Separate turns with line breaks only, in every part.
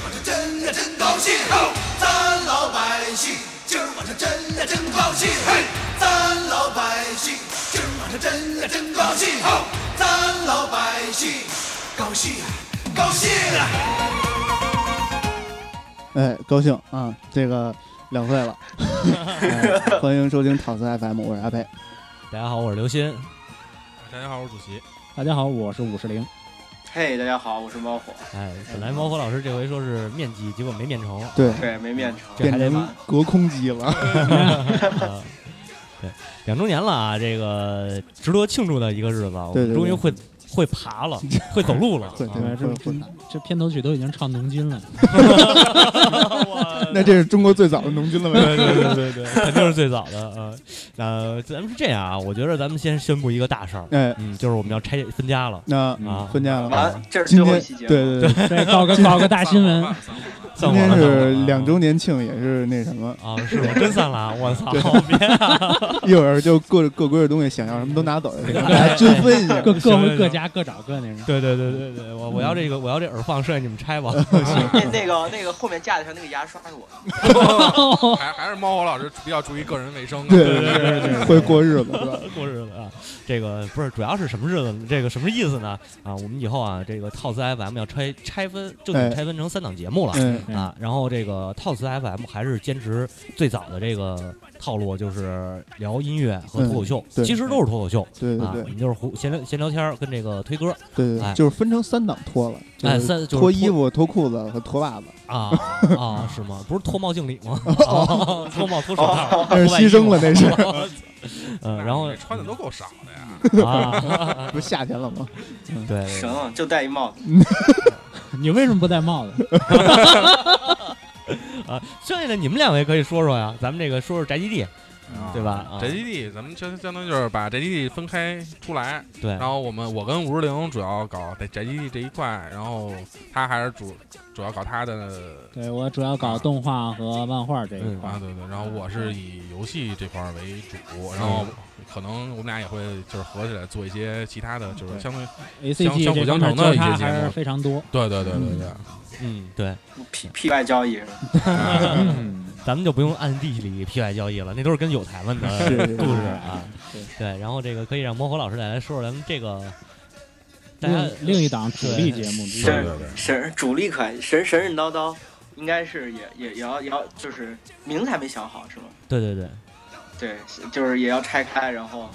呀真高兴，吼！咱老百姓今儿晚上真呀真高兴，嘿！咱老百姓今儿晚上真呀真高兴，吼！咱老百姓高兴啊，高兴啊！
哎，高兴啊，这个两岁了、哎欢迎收听套词 FM，我是阿佩。
大家好，我是刘鑫。
大家好，我是主席。
大家好，我是五十铃。
嘿，大 家好，我是猫火。
哎，本来猫火老师这回说是面基，结果没面 成，
对，
对，没面成。
这
变
还得
成隔空机了。
啊对，两周年了啊，这个值得庆祝的一个日子，我
对对对
们终于会会爬 了，会走路了。
对
啊
对，
这
会会打
这片头曲都已经唱农 筋了，
啊
那这是中国最早的农军了呗？
对对对对对， 肯定是最早的啊。呃，咱们是这样啊，我觉得咱们先宣布一个大事儿，
哎，
嗯，就是我们要拆分家了。
那
啊
分家了。
完，这是
今
最后
天
一期节目。
对对对，
对，搞个搞个大新闻。
散
今
伙
天
了
是两周年庆，也是那什么，
啊，是吗？真散了啊，我操！别啊
一会儿就各各归的东西，想要什么都拿走，给大家均分一下。
各各
行
回各家各找各那种。
对对对对对，我我要这个我要这耳放，剩下你们拆吧。
那那个那个后面架子上那个牙刷是我的。
还哎还是猫火老师比较注意个人卫生啊。
对对对对，会过日子是吧？
过日子啊，这个不是，主要是什么日子呢？这个什么意思呢？啊，我们以后啊，这个套词 FM 要拆拆分，正
哎
经拆分成三档节目了、
嗯，
啊。然后这个套词 FM 还是坚持最早的这个套路，就是聊音乐和脱口秀，
嗯对
其实都是脱口秀
对对
啊
对，
我们就是胡闲聊闲聊天儿跟这个推歌，
对
哎
对，就是分成三档脱了，就
哎，
是
三就是
脱衣服、脱裤子和脱袜子，
啊啊，是吗？不是脱帽敬礼 吗？哦脱帽脱手套，
那是牺牲了，那是
嗯，然后
你穿的都够少的呀。
啊，
不是夏天了吗？
对，对对
神，就戴一帽子。
你为什么不戴帽子？
啊，剩下的你们两位可以说说呀，咱们这个说说宅基地，对吧？
嗯
啊
宅基地，咱们相相当于就是把宅基地分开出来，
对
然，后我们我跟吴志玲主要搞在宅基地这一块，然后他还是主主要搞他的
对我主要搞动画和漫画这一块
啊，
儿。
对对，然后我是以游戏这块儿为主，然后可能我们俩也会就是合起来做一些其他的，就是相对
A C
相
G
相
这
辅相成
方面交
的一些节目
叉还是非常多。
对对对对对，
嗯，对，
P P Y 交易是吧？
啊
咱们就不用暗地里批外交易了，那都是跟有台们的
是是
故事啊
是。
对，然后这个可以让魔火老师再来说说咱们这个，大家
另另一档主力节目之一，
对对对。
神主力可以神神神叨叨，应该是也也也要也要就是名字还没想好是吗？
对对对，
对，就是也要拆开，然后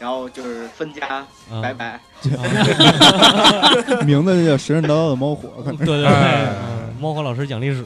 然后就是分家，
嗯
拜，拜。
名字就叫神神叨叨的猫火，可能
对对对，
哎
嗯魔火老师讲历史，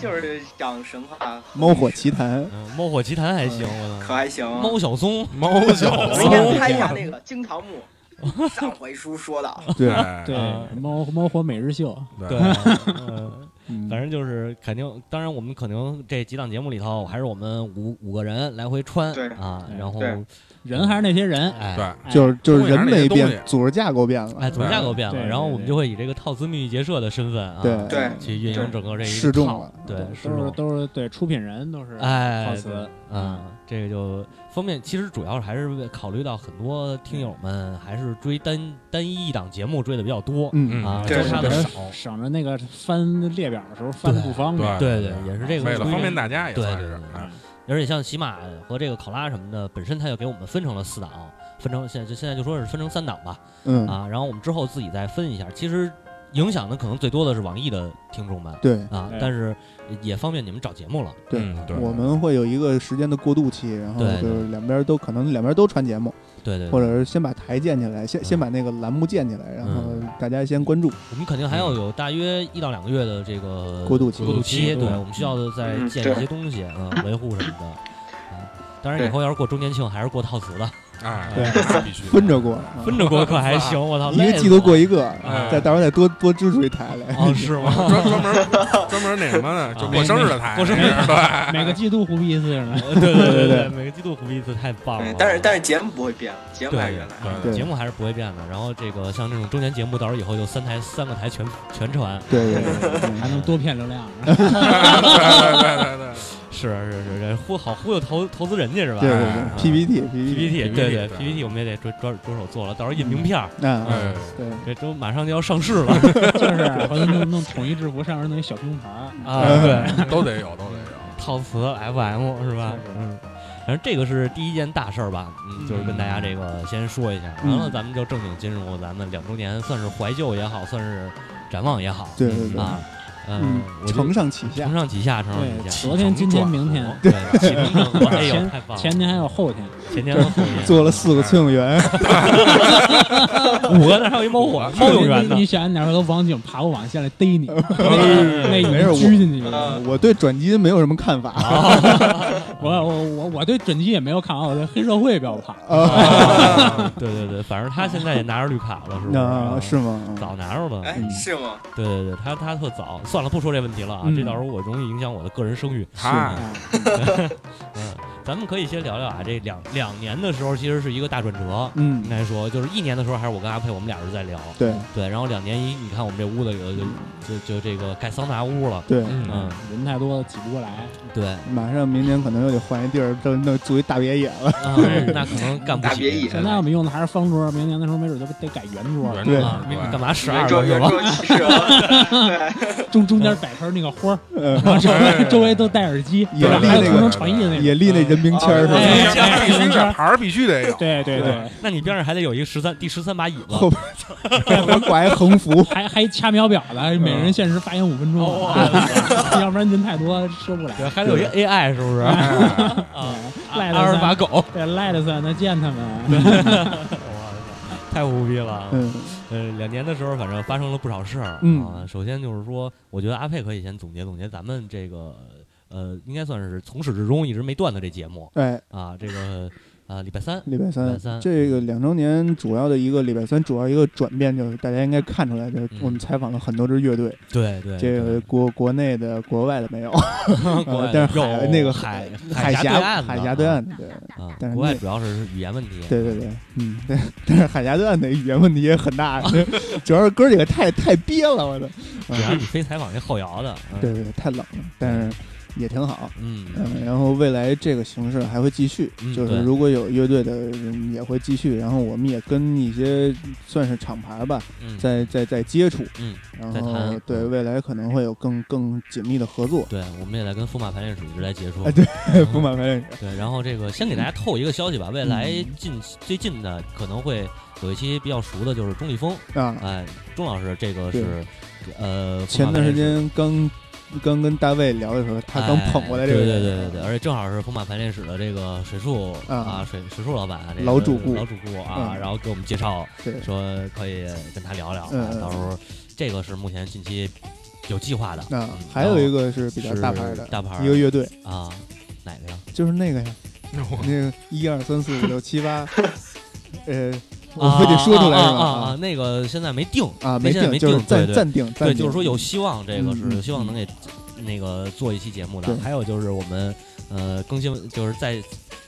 就是讲神话，
猫火奇谭，
嗯，猫火奇谭还行，我
可
操，
还行。
猫小松，
猫小
明天拍一下 那个惊堂木。上回书说的，
对，
哎
对
啊
猫猫火每日秀，
对，
对，
嗯
嗯
反正就是肯定，当然我们可能这几档节目里头，还是我们五五个人来回穿
对
啊，
对
然后
对
人还是那些人。
哎，
对
哎
就是就是人没
东西还是那些
变
东，西
组织架构变了，
哎，总架构变
对
了，
对
然后我们就会以这个套资密结社的身份啊，
对
对
去运营整个这一
示众
套
了
对，示
都是
众，
都是对出品人都是
哎，
套词
对啊，这个就方面，其实主要还是为考虑到很多听友们还是追单单一一档节目追的比较多
嗯，
啊，
对
交叉的
对
少，
省着那个翻列表的时候翻不方便。
对对，也是这个
为了
规
方
定
便大家也
对
算
对
是
对
啊
而且像喜马和这个考拉什么的，本身它就给我们分成了四档，分成现在就现在就说是分成三档吧，
嗯，
啊，然后我们之后自己再分一下。其实影响的可能最多的是网易的听众们
对
啊
对，
但是也方便你们找节目了。
对
嗯对
我们会有一个时间的过渡期，然后
对对
就是两边都可能两边都传节目，
对对，
或
对
者是先把台建起来，先
嗯
先把那个栏目建起来，然后
嗯
大家先关注，
我们肯定还要有大约一到两个月的这个
过渡期
过渡期，
嗯
对，我们需要再
嗯
建一
对
些东西啊，维护什么的。啊当然，
对
以后要是过周年庆，还是过套词的，
哎，必须的
分着过，啊
分着过可还 行。我操，
一个
累
季度
死
过
了
一个，
哎
再到时候再多多支出一台来。
哦，是吗？
专专门专门那什么呢？就过生日的台，
过 生日
对，
每个季度胡逼一次是吗？
对对对
对
对，
对
每个季度胡逼一次，太棒
对
了。，
但是但是节目不会变，节目还是
对
原来。
对
对
节目还是不会变的。然后这个像这种周年节目，到时候以后就三台三个台全全传。
对对对对，
还能多骗流量。
对对对
是是是是，忽好忽悠投投资人家是吧？
对对
哎
对，PPT PPT，
PPT 对对
对
PPT 我们也得着着着手做了，到时候印名片儿，
那
哎，
对
这都马上就要上市了。
就是回头弄弄统一制服，上面弄一小胸牌儿，
啊，对，
都得有，都得有。
套词 FM 是吧？嗯，反正这个是第一件大事儿吧，嗯，就是跟大家这个先说一下，完了咱们就正经进入咱们两周年，算是怀旧也好，算是展望也好，
对对对，
啊，嗯
嗯，，
我就
承上启下
承，上启下，承上
对
启，下，哦
昨天、今天、明天，
对，启蒙整合，哎呦，
前
太棒了！
前年还有后天，
前年和后 年
做了四个崔永元，
五个，那还有一猫火猫
你
永元 呢
你，想一点，回头网警爬过网下来逮你， 那
没事
你
我
拘进去。
啊
嗯
我对转基因没有什么看法。
哦
我我我我对准基也没有看法，我对黑社会比较怕。
对对对，反正他现在也拿着绿卡了，是
那
不
啊是吗？
早拿着了，
哎，是吗？
对对对，他他特早。算了，不说这问题了啊，
嗯
这到时候我容易影响我的个人声誉。
他
嗯，咱们可以先聊聊啊，这两两年的时候其实是一个大转折。
嗯
应，该说，就是一年的时候，还是我跟阿佩，我们俩人在聊。
对
对，然后两年一，你看我们这屋子有就就就这个盖桑拿屋了。
对，
嗯，
人太多挤不过来，
对，
马上明年可能又得换一地儿，这那住一大别野了。
嗯，那可能干不
大
起。
别野，
现在我们用的还是方桌，明年的时候没准就得改圆桌，
原
对
著
啊，你干嘛十
圆
二
桌
个是
圆
吧？
桌七蛇，
中中间摆盆那个花儿，
嗯，
然后周围
哎
周围都戴耳机，
野
然
地
后还有
那个
同声传译的那
野
个，
立那人名签儿是吧？
嗯
哎
必须这牌儿必须得有，
对对对，，
那你边上还得有一个十三第十三把椅子。
后边 后边挂一横幅
还还掐秒表的，还每人限时发言五分钟，啊 要不然人太多说不来。
对，还得有一 AI 是不是？
哎
啊，
赖
阿尔法
的
狗，
对赖的算，那见他们，啊
太无逼了。
嗯
呃，两年的时候，反正发生了不少事儿。
嗯
啊，首先就是说，我觉得阿佩可以先总结总结咱们这个呃，应该算是从始至终一直没断的这节目
哎，
啊，这个啊，礼拜三，
礼拜
礼
三
拜三
这个两周年主要的一个礼拜三主要一个转变就是大家应该看出来，就是
嗯
我们采访了很多支乐队，
对对，
这
对
个国国内的、国外的没有，
国外的
但是海
有
那个
海
海
峡
峡
对岸的
海峡对岸的，对
啊，
但是
国外
那
主要是语言问题。
对对对，嗯， 对，但是海峡对岸的语言问题也很大， 主要是哥几个太太憋了，我的，
主要你非采访那后摇的，嗯
对对，对太冷了，但是也挺好。
嗯
嗯，然后未来这个形式还会继续，
嗯
就是
对
如果有乐队的嗯也会继续，然后我们也跟一些算是厂牌吧，
嗯，
在在在接触，
嗯，
然
在
后
谈嗯
对未来可能会有更更紧密的合作。
对，我们也在跟风马排练室一直在接触。
哎对
嗯，
不满排练
对，然后这个先给大家透一个消息吧，未来近最近呢可能会有一期比较熟的，就是钟立风，
啊，
哎，钟老师这个是呃
前段时。
风马排练室
间刚刚跟大卫聊的时候，他刚
哎
捧过来这个，
对对对对对，而且正好是风马排练室的这个水树
啊
啊，水水树老板这个
老主顾
老主顾啊，
嗯
然后给我们介绍
对
说可以跟他聊聊，
嗯
啊
嗯
到时候这个是目前近期有计划的
啊
嗯，
还有一个是比较
是
大牌的，
大牌儿
一个乐队，
啊，哪个呀？
就是那个呀，
那我
那个一二三四五六七八，呃，我
啊
非得说出来
啊
是
啊
吧？
啊啊！那个现在没定
啊，
那
没
现
定，
在没
就是
定，对
暂
对
暂定，暂
对，
定
就是说有希望，这个
嗯
是
嗯
希望能给那个做一期节目的
对。
还有就是我们呃更新，就是在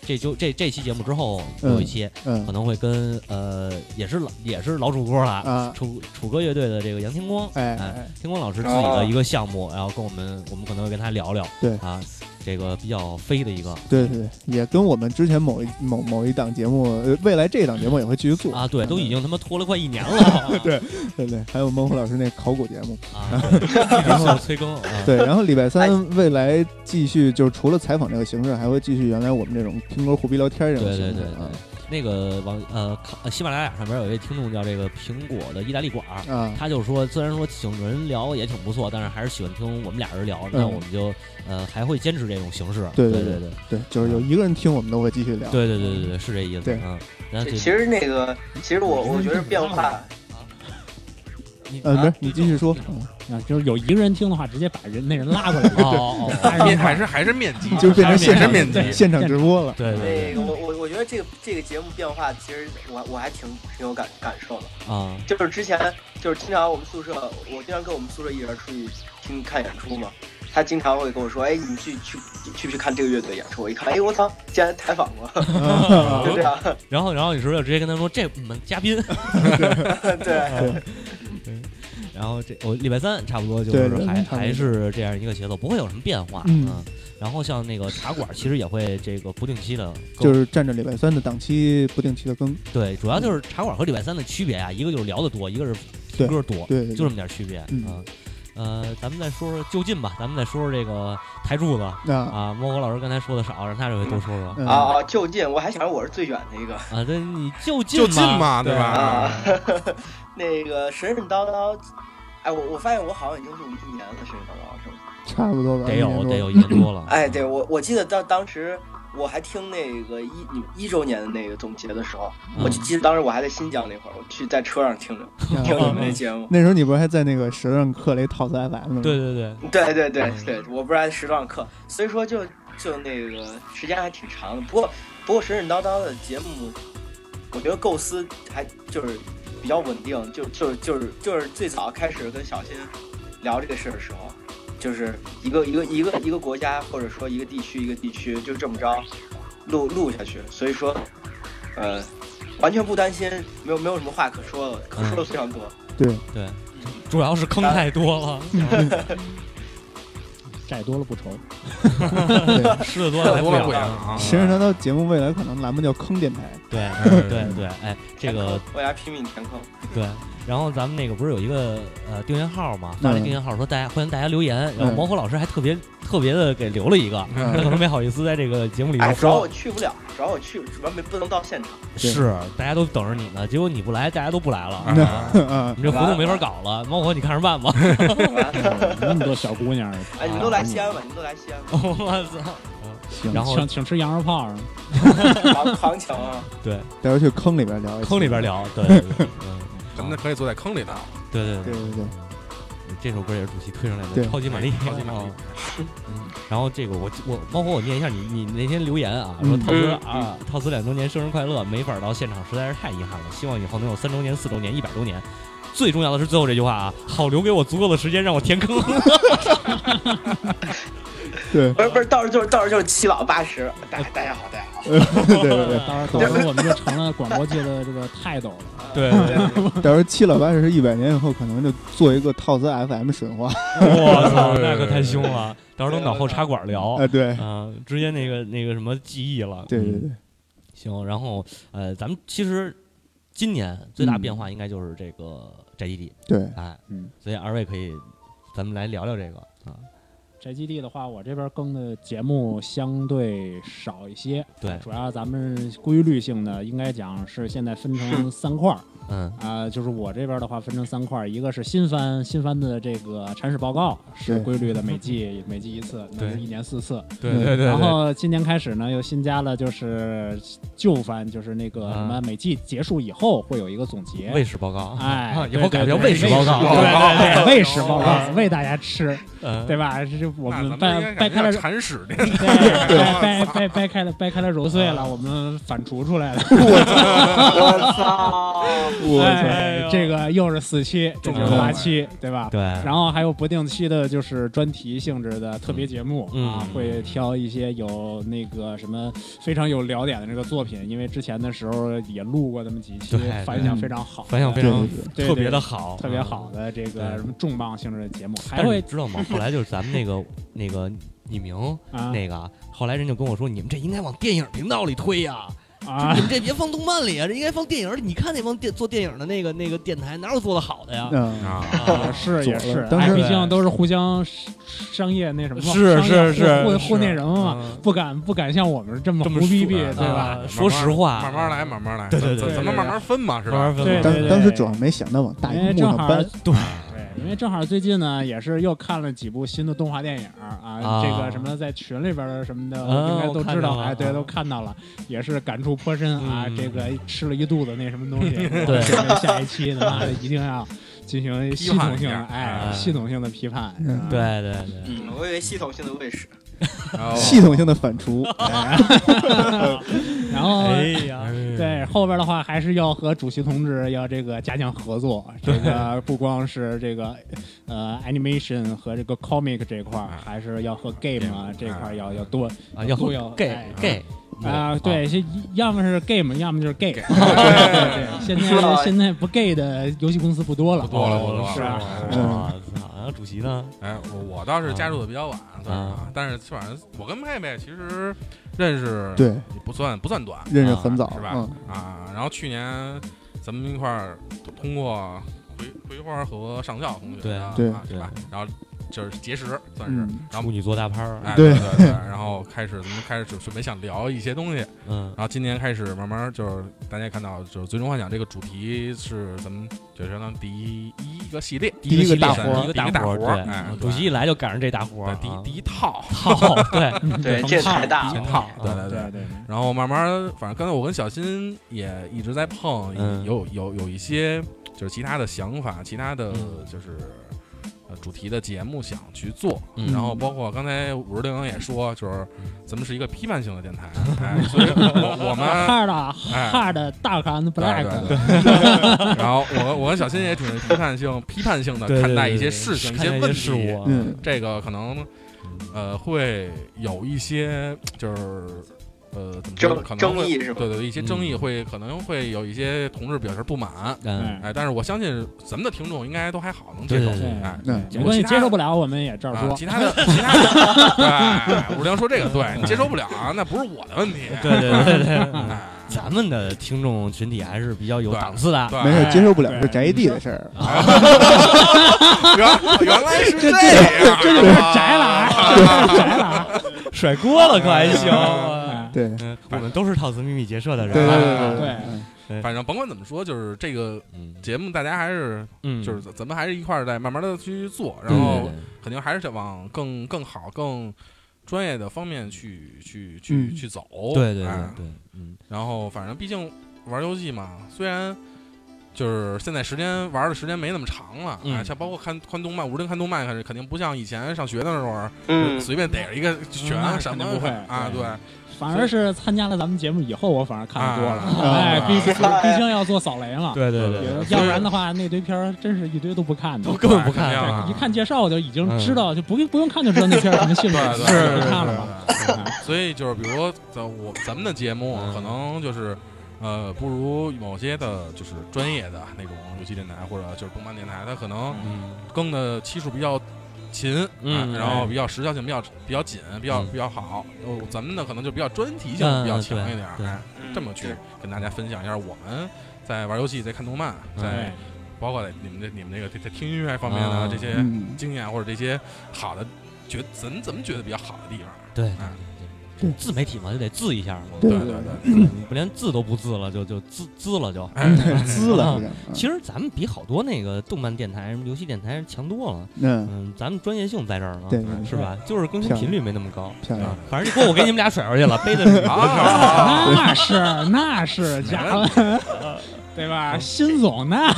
这就这这期节目之后
嗯
有一期可
嗯
能会跟呃也是老也是老楚歌了，
啊，
楚楚歌乐队的这个杨天光，
哎
哎
哎，
天光老师自己的一个项目，然后跟我们我们可能会跟他聊聊，
对
啊，这个比较飞的一个
对对对，也跟我们之前某一某某一档节目，呃未来这档节目也会继续做
啊，对，都已经他妈拖了快一 年了，
对 对对，还有孟虎老师那考古节目，
啊，然后催更啊，哎
对，然后礼拜三未来继续就是除了采访这个形式，还会继续原来我们这种听歌胡逼聊天这种
对对
形式
对对，那个网呃，靠呃喜马拉雅上面有一位听众叫这个苹果的意大利馆儿，
啊啊，
他就说，虽然说请人聊也挺不错，但是还是喜欢听我们俩人聊。那我们就呃还会坚持这种形式。
嗯对
对
对
对
对对，就是有一个人听我们都会继续聊，
对对对对对，是这意思。
对
嗯，然后
其
这
实那个，其实我我觉得变化，
你
呃，
啊
不
嗯
是你继续说，
啊，就是有一个人听的话，直接把人那人拉过来，
哦哦哦，
拉人
面还是还是面基，
就变成现
还是
场
面基，
现场直播了，
对对
那个我我我觉得这个这个节目变化，其实我我还挺挺有感感受的。
对啊，
就是之前就是经常我们宿舍，我经常跟我们宿舍一人出去听看演出嘛，他经常会跟我说，哎，你去去去不去看这个乐队演出？我一看，哎，我操，竟然采访过，
啊
就这样，
然后然后有时候就直接跟他说这我们 嘉宾， 嗯
对，
然后这我礼拜三差不多就是
对对
还
差不多
还是这样一个节奏，不会有什么变化。
嗯
嗯，然后像那个茶馆其实也会这个不定期的
就
更
是占着礼拜三的档期不定期的更，
对，主要就是茶馆和礼拜三的区别啊，一个就是聊得多，一个是听歌多，
对，对
就这么点区别。
嗯
啊。呃，咱们再说说就近吧，咱们再说说这个台柱子
啊
啊。猫哥老师刚才说的少，让他这回多说说
嗯
啊啊！就近，我还想着我是最远的一个
啊。这你就近
就近嘛，对
嗯
啊
吧？。
那个神神叨叨，哎，我我发现我好像已经录一年了，神神叨叨是吗？
差不多吧，
得
一年
有
多
得有一年多
嗯
了。
哎，对我我记得当当时我还听那个一你们一周年的那个总结的时候，我就记得当时我还在新疆那会儿，我去在车上听着
嗯
听你们那节目。
那时候你不是还在那个时尚课里讨论 FM 吗？
对对对，
对对对
嗯
对，我不是还十多堂课，所以说就就那个时间还挺长的。不过不过神神叨叨的节目，我觉得构思还就是比较稳定，就就就是就是最早开始跟小新聊这个事儿的时候，就是一个一个一个一个国家或者说一个地区一个地区就这么着录录下去，所以说呃完全不担心，没有没有什么话可说的，可
嗯
说的非常多。
对，
主要是坑太多 了，
债多了不愁。
吃的多了还
多了不
养
养啊。
其实他到节目未来可能栏目叫坑电台，
对对对，哎，这个
我给大家拼命填空。
对。然后咱们那个不是有一个呃订阅号嘛，发了一订阅号说大家欢迎大家留言，然后
嗯
毛虎老师还特别特别的给留了一个，他可能没好意思在这个节目里头
哎，主要
说
我，去不了，主要我去，主要没不能到现场。
是大家都等着你呢，结果你不来，大家都不来了，
嗯
啊
啊，
你这活动没法搞了，猫火你看着办吧。
那么多小姑娘，
哎，你们都来西安吧，你们都来西安吧，
我操！
行，
然后
想想吃羊肉泡儿，
扛扛墙啊！
对
待会儿去坑里边聊一下，
坑里边聊，对对对，嗯
咱们可以坐在坑里呢，
对对
对
对，
对对，
这首歌也是主席推上来的，
对
超级玛丽，
超级满意
啊。然后这个我我猫火，我念一下你你那天留言啊，说
嗯
陶瓷啊，陶瓷两周年生日快乐，没法到现场实在是太遗憾了，希望以后能有三周年、四周年、一百周年。最重要的是最后这句话啊，好留给我足够的时间让我填坑。
对
不是不是，到时候就是到时候就是七老八十，大大家好，大家好。
对对嗯对，
到时候到时候我们就成了广播界的这个泰斗了。
对，
待会儿七老八十一百年以后可能就做一个套词 FM 神话，
我操，那可太凶了， 到时候等脑后插管聊。
呃
啊，对
啊，直接那个那个什么记忆了。
对对
嗯
对，
行，然后呃，咱们其实今年最大
嗯
变化应该就是这个宅基地，
对，
哎，
嗯，
所以二位可以，咱们来聊聊这个啊，
宅基地的话，我这边更的节目相对少一些，
对，
主要咱们规律性的应该讲是现在分成三块儿
嗯
啊、就是我这边的话分成三块儿，一个是新番，新番的这个产史报告是
对
规律的，每季每季一次，那
对
是一年四次。
对
对对
然后今年开始呢，又新加了就是旧番，就是那个什
啊
么每季结束以后会有一个总结。
卫士报告，
哎，
啊以后改叫
对对对
卫士报告，哦
对 对
对
对，喂食报告喂大家吃，
嗯，
对吧？这是我
那
们
咱们应该感
掰掰开
觉
了
叫铲屎的，
对，掰掰掰掰开了，掰开了揉碎
啊
了，我们反刍出来了。
我操！
我操，
哎，这个又是四期，这就是八期，对吧？
对，
然后还有不定期的，就是专题性质的特别节目
嗯
啊
嗯，
会挑一些有那个什么非常有聊点的这个作品，因为之前的时候也录过那么几期
对对，
反响非常好，
反响非
对
常
对对
对对
特别的好，
特别好
嗯。
的这个
对
什么重磅性质的节目，还
但是你
会
知道吗？ 后来就是咱们那个那个匿名
啊
那个啊，后来人就跟我说，你们这应该往电影频道里推呀，
啊
你们这别放动漫里啊，这应该放电影里。你看那帮电做电影的那个那个电台，哪有做的好的呀？
嗯，
啊，
也
啊
是
左
也
了
是，
当
哎
时
毕竟都是互相商业那什么嘛，
是
商业
是是
互互
是
互那什么嘛，
嗯
不敢不敢像我们这么
这
胡
么
逼逼，
说
对吧？
啊说实话，
慢慢来，慢慢来，
对对
咱咱
对
咱
对
们
对
慢慢分嘛，是
慢
吧
慢？分
对
当
吧。
当时主要没想到往大
因
荧幕
为哎正
上
好
搬，
对
哎
因为正好最近呢也是又看了几部新的动画电影儿啊，
啊
这个什么在群里边儿什么的、
啊
应该都知道，
我看到了
哎，对，
啊
都看到了，也是感触颇深啊。
嗯
这个吃了一肚子那什么东 西，
对
下一期他妈的一定要进行系统性
批判一
的
下
哎
哎
系统性的批判，
嗯
啊
对对对，
嗯，我以为系统性的卫士，
然后
系统性的反刍，
然后
哎呀，
嗯
对，
嗯哎对，后边的话还是要和主席同志要这个加强合作， 这个不光是这个呃 animation 和这个 comic 这块儿，
啊
还是要和 game 啊这块儿要要多
啊，要
都要
gay
哎
gay
啊，对，是要么是 game，要么 就是 gay。对
哎
对对，现在现在不 gay 的游戏公司不多了，
不多了不多了
是啊，
我操！然后主席呢？
哎，我我倒是加入的比较晚，对吧？但是基本上我跟佩佩其实认识
对，
也不算不算短，
认识很早
是吧？
嗯
啊，然后去年咱们一块儿通过葵葵花和上校同学，
对
啊
对
是吧？然后就是结识，算是
嗯，
然
处
后
女座大潘儿，
哎
对
对对，然后开始咱们开始准备想聊一些东西，
嗯
然后今年开始慢慢就是大家也看到，就是《最终幻想》这个主题是咱们就是相当于第一一个系列，第
一个大
系列
活
第一个
大
大
活，
活儿，哎，
对，
对
主席一来就赶上这大活儿
对，第
啊
一第一套，
套， 对，
对，这太大
第一
了。
套，
嗯
对对对。
对
然后慢慢，反正刚才我跟小新也一直在碰，
嗯
有有有一些就是其他的想法，其他的
嗯
就是呃主题的节目想去做，
嗯
然后包括刚才五十六阳也说，就是咱们是一个批判性的电 台，哎，所以我我们。
Hard 啊
哎
Hard Dark and
对
Black，
对对，然后我我跟小新也挺批判性、批判性的
对对
看待
对
一些
对
事情、
看待一
问
些
题。
事物啊，
嗯
这个可能呃会有一些就是呃怎么说呢
争
可能
争
会
议是吧
对对，对一些
嗯
争议会、可能会有一些同志表示不满。
嗯，
哎，但是我相信咱们的听众应该都还好，能接受
对对
对。
哎，
嗯
没关
其
系，
他
接受不了我们也照
啊
说。
其他的， 其他的，对，五粮说这个对，你接受不了，啊那不是我的问题。
对对对对对，嗯
哎，
咱们的听众群体还是比较有
对
档次的，
对，
没事，接受不了
对
是宅地的事儿，
原原来是
这
样，啊这就
有点宅了啊，有点宅了啊！
甩锅了可还行？
啊
哎
对对
嗯 我们都是套词秘密结社的
对
人，啊
对
对
嗯
反正甭管怎么说，就是这个
嗯
节目，大家还是
嗯，
就是咱咱们还是一块儿在慢慢的去做，
对
然
对
后
对
肯定还是得往更更好、更专业的方面去去去、
嗯
去走。
对对
哎
对对，
啊
嗯，
然后反正毕竟玩游戏嘛，虽然就是现在时间玩的时间没那么长了，
嗯
哎像包括看看动漫，无论看动漫，肯定不像以前上学的时候，
嗯，
随便逮着一个全、
那
什
肯
么
定不会嗯
啊，
对
对
反而是参加了咱们节目以后，我反而看的多了。
啊
哎，
啊
毕竟毕竟要做扫雷了，
对对
对对
要不然的话，那堆片儿真是一堆都不看的
都。嗯根本不
肯定
看，
啊
一看介绍我就已经知道，就不不用看就知道那片儿什么性质，
对对
就
对
不看了嘛。
吧？所以就是，比如说咱我咱们的节目啊
嗯
可能就是。呃，不如某些的，就是专业的那种游戏电台或者就是动漫电台，它可能
嗯
更的期数比较勤，
嗯
啊然后比较时效性比较比较紧，比较、
嗯
比较好。呃，咱们呢可能就比较专题
嗯
性比较强
对
一点儿，
对
哎这么去
是
跟大家分享一下我们在玩游戏、在看动漫、
嗯
在包括在你们这你们这个在在听音乐方面的
啊
这些
嗯，
经验或者这些好的觉咱们怎么觉得比较好的地方。
对
哎
对，自媒体嘛就得自一下嘛，
啊对
对对，
你不连自都不自了，就就自自了
啊
就。
哎，
滋了，
其实咱们比好多那个动漫电台、什么游戏电台强多了，
嗯，
嗯，咱们专业性在这儿呢，
对对啊
是吧？就是更新频率没那么高。
漂亮，
反正这锅我给你们俩甩出去了，背的是 你们的事儿。
啊
那是那是， 家伙，对吧？辛总那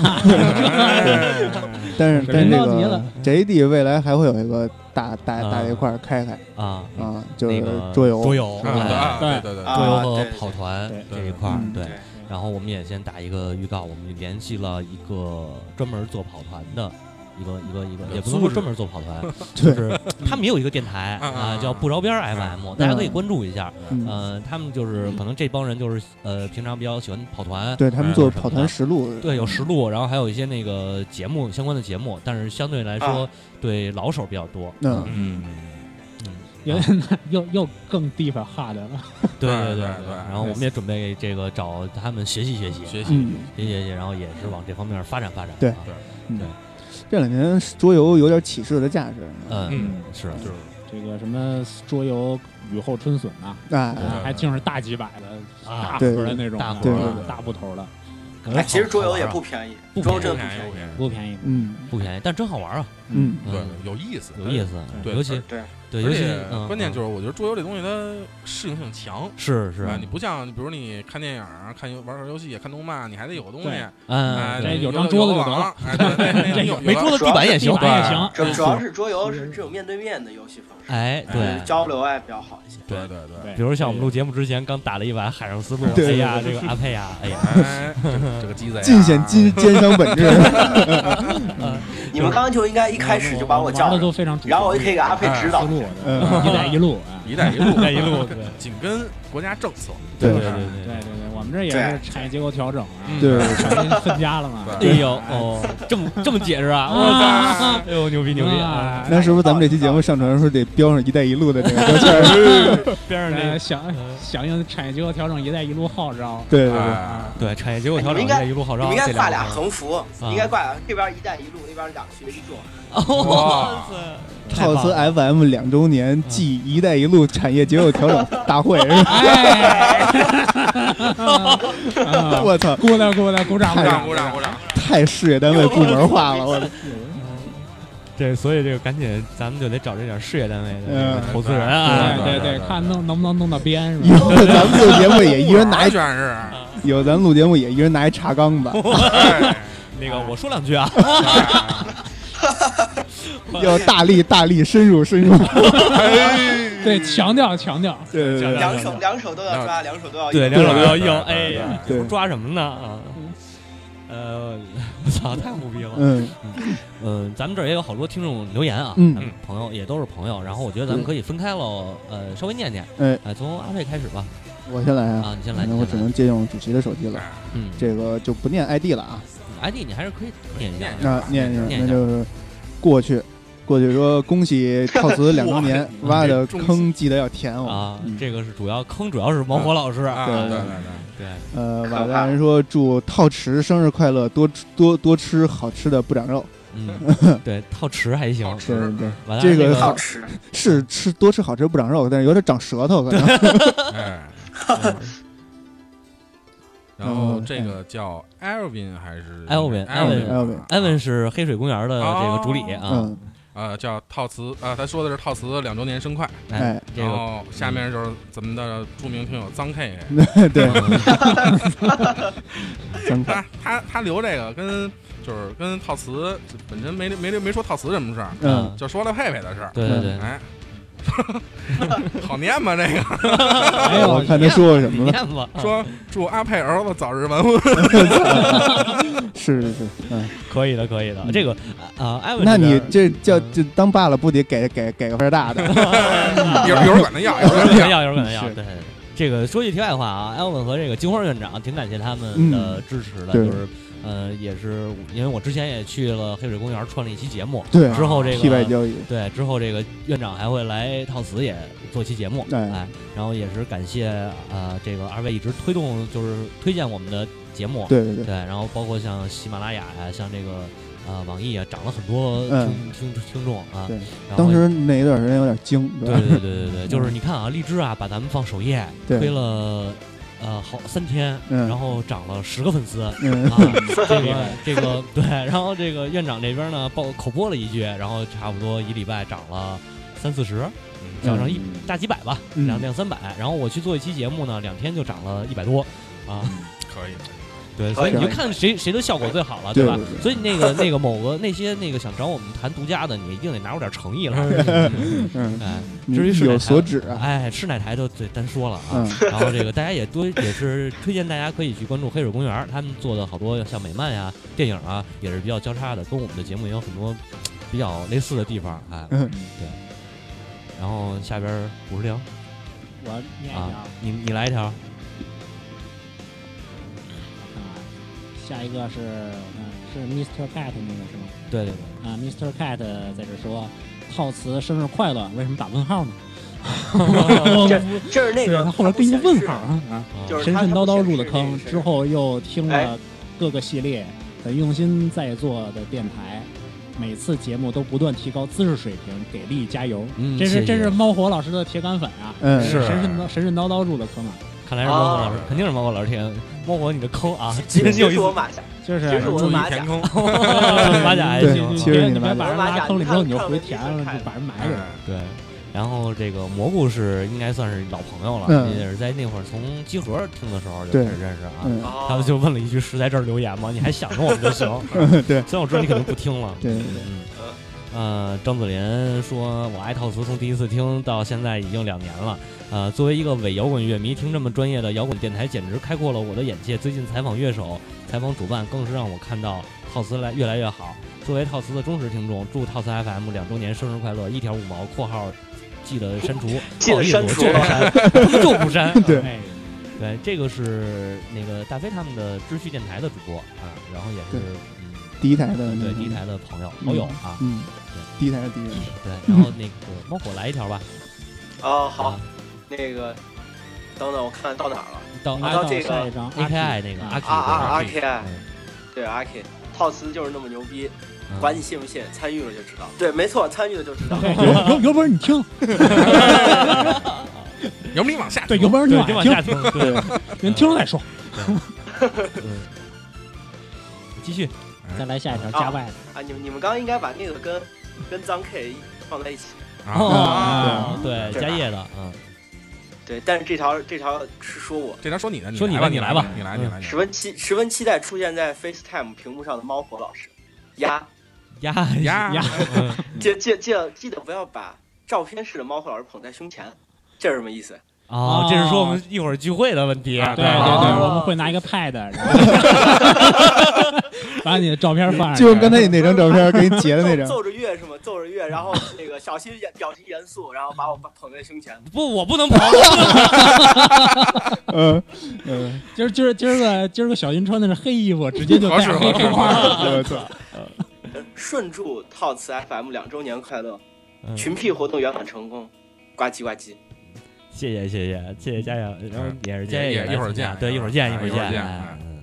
哎
但是
水
但是
平
这
高级
个
了
宅地未来还会有一个大大
啊
大一块儿开开
啊，
啊，就
那
是
个
桌游，
桌游，哎
啊对对对对，
啊
桌游和
对对
跑团
对
这一块儿
嗯，
对
对。
然后我们也先打一个预告，我们联系了一个专门做跑团的。一个一个一个，也不能说专门做跑 团，就
对
是他们也有一个电台
嗯
啊
嗯，
叫不着边儿 FM，大家可以关注一下。
嗯
呃，他们就是可能这帮人就是呃，平常比较喜欢跑团，
对他们
哎
做
什么
跑
的
团实录，
对，有实录，然后还有一些那个节目相关的节目，但是相对来说
啊
对老手比较多。
嗯
嗯，
又又又更地方哈的了。
对对
对对对
然后我们也准备这个找他们学习学习，
学习
嗯，
学习学习，然后也是往这方面发展发展啊。
对嗯，这两年桌游有点起势的价值，
嗯，是
就是
这个什么桌游雨后春笋啊，
哎，
还净是大几百的大
啊，
盒的那
嗯
种的，
大盒
对
对对
大部头的，
感觉
哎，其实
好
桌游也
好玩
不便宜，
不
桌
便
游真
宜
的
便宜
不
又
便宜。
便宜，
不便宜。
嗯
啊不便宜，但真好玩啊，
嗯，
对
嗯，，
有意思，
有意思，
对
尤其
对，
对，尤
而
其
且
嗯
关键就是是，我觉得桌游这东西它适应性强，
是是嗯
吧？你不像，比如你看电影儿、看游玩儿游戏、看动漫，你还得有个东西，
对
哎，
嗯，
这
你
有
有
张桌子就得
了，哎，对对对，你有
没桌子地板也行
地，板也行，嗯
主主要是桌游是这种面对面的游戏方式，
哎，对
就是。交流哎比较好一些。
对对对，
对
比如像我们录节目之前刚打了一把海上丝路，
对
哎呀，这
对
个阿佩呀，哎呀，
哎，这这个鸡贼啊，
尽显奸奸商本质，
你们刚刚就应该一开始就把我叫
的
上
都，非常主动，
然后我就可以给阿佩指导
思。路，
嗯
一带一路啊。
一带一路，
一带一路，对
紧跟国家政策，
对
对对
对对对，我们们这也是产业结构调整啊，
嗯
对
产业分家了嘛。
哎呦哦，这么这么解释啊！我操，哎呦牛逼牛逼！啊！
啊
那是不是咱们这期节目上传的时候得标上“一带一路”的这个 标签
哎
儿？
边上
呃
那
响响应产业结构调整“一带一路”号召，
对对对，
哎，
对产业结构调整
你们应该
一路号
你
召，
们应该
这
挂
两
俩
个
横幅，
啊
你应该挂这边一带一路，那边两学一做。
哇
哇
塞，太
哦套
棒
词哎
了嗯
FM 两周年暨“一带一路”产业结构调整大 会，是吧？
哎
啊
我操，
嗯
鼓掌鼓掌鼓掌
鼓掌
掌
鼓掌鼓掌！
太事业单位部门化了，我操！
这所以这个赶紧，咱们就得找这点事业单位的
嗯
这个投资人啊，
对
对对
对
对，
对
看弄能不能弄到边是
以
吧？
后咱们录节目也一人拿
哪
一，
全是，
以后咱们录节目也一人拿一茶缸 子，
哎
那个我说两句啊，
要大力大力深入深 入。
对，强调强调，
对对对
啊
两手两手都要抓，两手都要
对，
用
两手都要
对
硬，
对
哎
对
呀，
对
抓什么呢啊？呃，我操，太牛逼了！
嗯
嗯，咱们这儿也有好多听众留言啊，
嗯
咱们朋友也都是朋友，然后我觉得咱们可以分开喽，呃，稍微念念，
哎，
哎，从阿佩开始吧，
我先来啊，
啊，你先来，
反正
你先
我
来
只能借用主席的手机了，
嗯，
这个就不念 ID 了啊，
ID 你还是可以念一下
念，
那啊念
念
念
一
那
下
就是过去。过去说恭喜 套词两周年，挖的坑记得要填哦。
啊
嗯，
这个是主要坑，主要是毛火老师，
啊，对对对，
对，
呃，瓦大人说祝套池生日快乐，多吃多多吃好吃的不长肉。
嗯，对，套池还行，
好
对
吃，
对
完
对，这
了那
个
个
好吃。
是吃多吃好吃不长肉，但是有点长舌头可
啊
能。
哎，
嗯
然后这个叫 Elvin 还是
Elvin，
Elvin
Elvin
艾文是黑水公园的这个主理啊，
嗯，
啊，叫套词啊，他说的是套词两周年生快，
哎，
这
然
个
后下面就是咱们的著名听友脏 K，
对，
嗯
咱看，
啊
他他他留这个跟就是跟套词本身没没没说套词什么事儿，
嗯，
就说了佩佩的事儿，
对对对，
哎，好念吗？这个
哎
我
呦，
看他说过什
你
么了。
念吧，
说祝阿佩儿子早日完婚，
是是是，嗯，
可以的，可以的，这个啊，艾文，
那你这叫这当爸了不得给给给个份儿大的？
一会儿一会儿管他要，一会儿
有
管
人
他要，
要，有人要，
是
对。这个说句题外话啊，艾文和这个金花院长挺感谢他们
嗯
的支持的，
对
就是呃，也是因为我之前也去了黑水公园串了一期节目，
对，
之后这
替代
个
交易，
对之后这个院长还会来套词也做期节目，
哎
哎，然后也是感谢呃这个二位一直推动就是推荐我们的节目，
对对对，
对，然后包括像喜马拉雅呀、像这个呃网易啊，涨了很多
嗯
听听听众啊。
对
然后
当时那一段时间有点惊，
对
吧？
对对 对对，就是你看啊，荔枝啊把咱们放首页
对
推了呃好三天，
嗯
然后涨了十个粉丝。
嗯，
啊，这个这个对，然后这个院长这边呢，报口播了一句，然后差不多一礼拜涨了三四十，涨上一大几百吧，
嗯
两两三百。然后我去做一期节目呢，两天就涨了一百多，啊，
可以，
对，所以
可
你
以
就看谁谁的效果最好了，
对
吧
对对？对
所以那个那个某个那些那个想找我们谈独家的，你一定得拿出点诚意来。
嗯，
哎，
你
至于
意
是哪
有
台
所指啊，
哎，是哪台就对单说了啊
嗯。
然后这个大家也多也是推荐大家可以去关注黑水公园，他们做的好多像美漫呀、电影啊，也是比较交叉的，跟我们的节目也有很多比较类似的地方。哎，
嗯
对。然后下边五十零
我念一下
啊
啊，，
你你来一条，
下一个是我看是 Mr. Cat 那个是吗？
对对对，
啊，Mr. Cat 在这说，套词生日快乐，为什么打问号呢？
这这是那
对啊
个
他后来跟一个问号啊，啊
啊
就是
神
他
神叨叨入的
他
坑
不，是
之后又听了
哎
各个系列，很用心在做的电台，每次节目都不断提高姿势水平，给力加油！
嗯
这
谢
是
谢
这是猫火老师的铁杆粉啊，
嗯
是
神神叨神神叨叨入的坑啊，
看来是猫火老师
啊，
肯定是猫火老师 填，猫 火你的坑啊，
其
真
实
有
就
意
是我
思，
马甲，
就是
其实我的
注意
马甲
填，空，
马甲还
对
行
其
啊
实。
别
你
你别
的
把人
马
拉
甲
坑里之后，你就
看
回填了，就把人埋了。
对，然后这个蘑菇是应该算是老朋友了，
嗯
也是在那会儿从集合听的时候就
对
开始认识啊。
嗯，
哦，
他们就问了一句：“是在这儿留言吗？你还想着我们就行。
对”
虽然我知道你肯定不听了。
对对对，
嗯，呃，张子林说：“我爱套词，从第一次听到现在已经两年了。呃，作为一个伪摇滚乐迷，听这么专业的摇滚电台，简直开阔了我的眼界。最近采访乐手、采访主办，更是让我看到套词来越来越好。作为套词的忠实听众，祝套词 FM 两周年生日快乐！一条五毛（括号记得删除哦
记得删除
不好意思我就不删，就不删。
对
哎，
对，这个是那个大飞他们的知趣电台的主播啊，然后也
对
是嗯，
第一台的那
对
个
第一台的朋友好友啊，
嗯，第一台的第一人，
对，然后那个猫火来一条吧，
哦， 好
啊，，
那个，等等，我看看到哪儿了？
到
啊
阿
到
到
这个
下一张
嗯 A K I 那个阿 K
啊啊
阿
啊
K
！K I，对
嗯
R K，套词就是那么牛逼，管 你信不信，参与了就知道。对，没错，参与了就知道。
对， 有有有本事你听，
要不你往下
对，有
有
本事你
对，就往
听
下，听，对，
人听了再说。
嗯，继续，
再来下一条
啊
加外的，
啊，你们你们刚刚应该把那个跟跟脏 K 放在一起。
啊？
哦对，
对
加叶的，嗯，
对，但是这条这条是说我
这条说你的，
说你
你
的
你
你来
吧
吧，嗯
你来，你来，
十分期十分期待出现在 FaceTime 屏幕上的猫火老师。呀，
鸭
呀
呀
嗯
记记记记得不要把照片式的猫火老师捧在胸前，这是什么意思？
哦，这是说我们一会儿聚会的问题，
啊
对对
啊
对，
哦
我们会拿一个 pad，然后 把你的照片放上去，
就用刚才你那张照片给你截的那 张，
奏着乐是吗？奏着乐，然后那个小心眼表情严肃，然后把我捧在胸前。
不，我不能跑，
嗯嗯，
今儿今儿今儿个今儿个小新穿的是黑衣服，直接就
合适
带黑
合适
黑 花了。
啊我操，
顺祝套词 FM 两周年快乐，
嗯
群 P 活动圆满成功，呱唧呱唧。
谢谢谢谢谢谢佳阳，然后
嗯
也是佳
也
也
也
来
一会儿
参加
见
对，一会儿见
一
会
会
儿
儿
见，
见
哎
哎
嗯，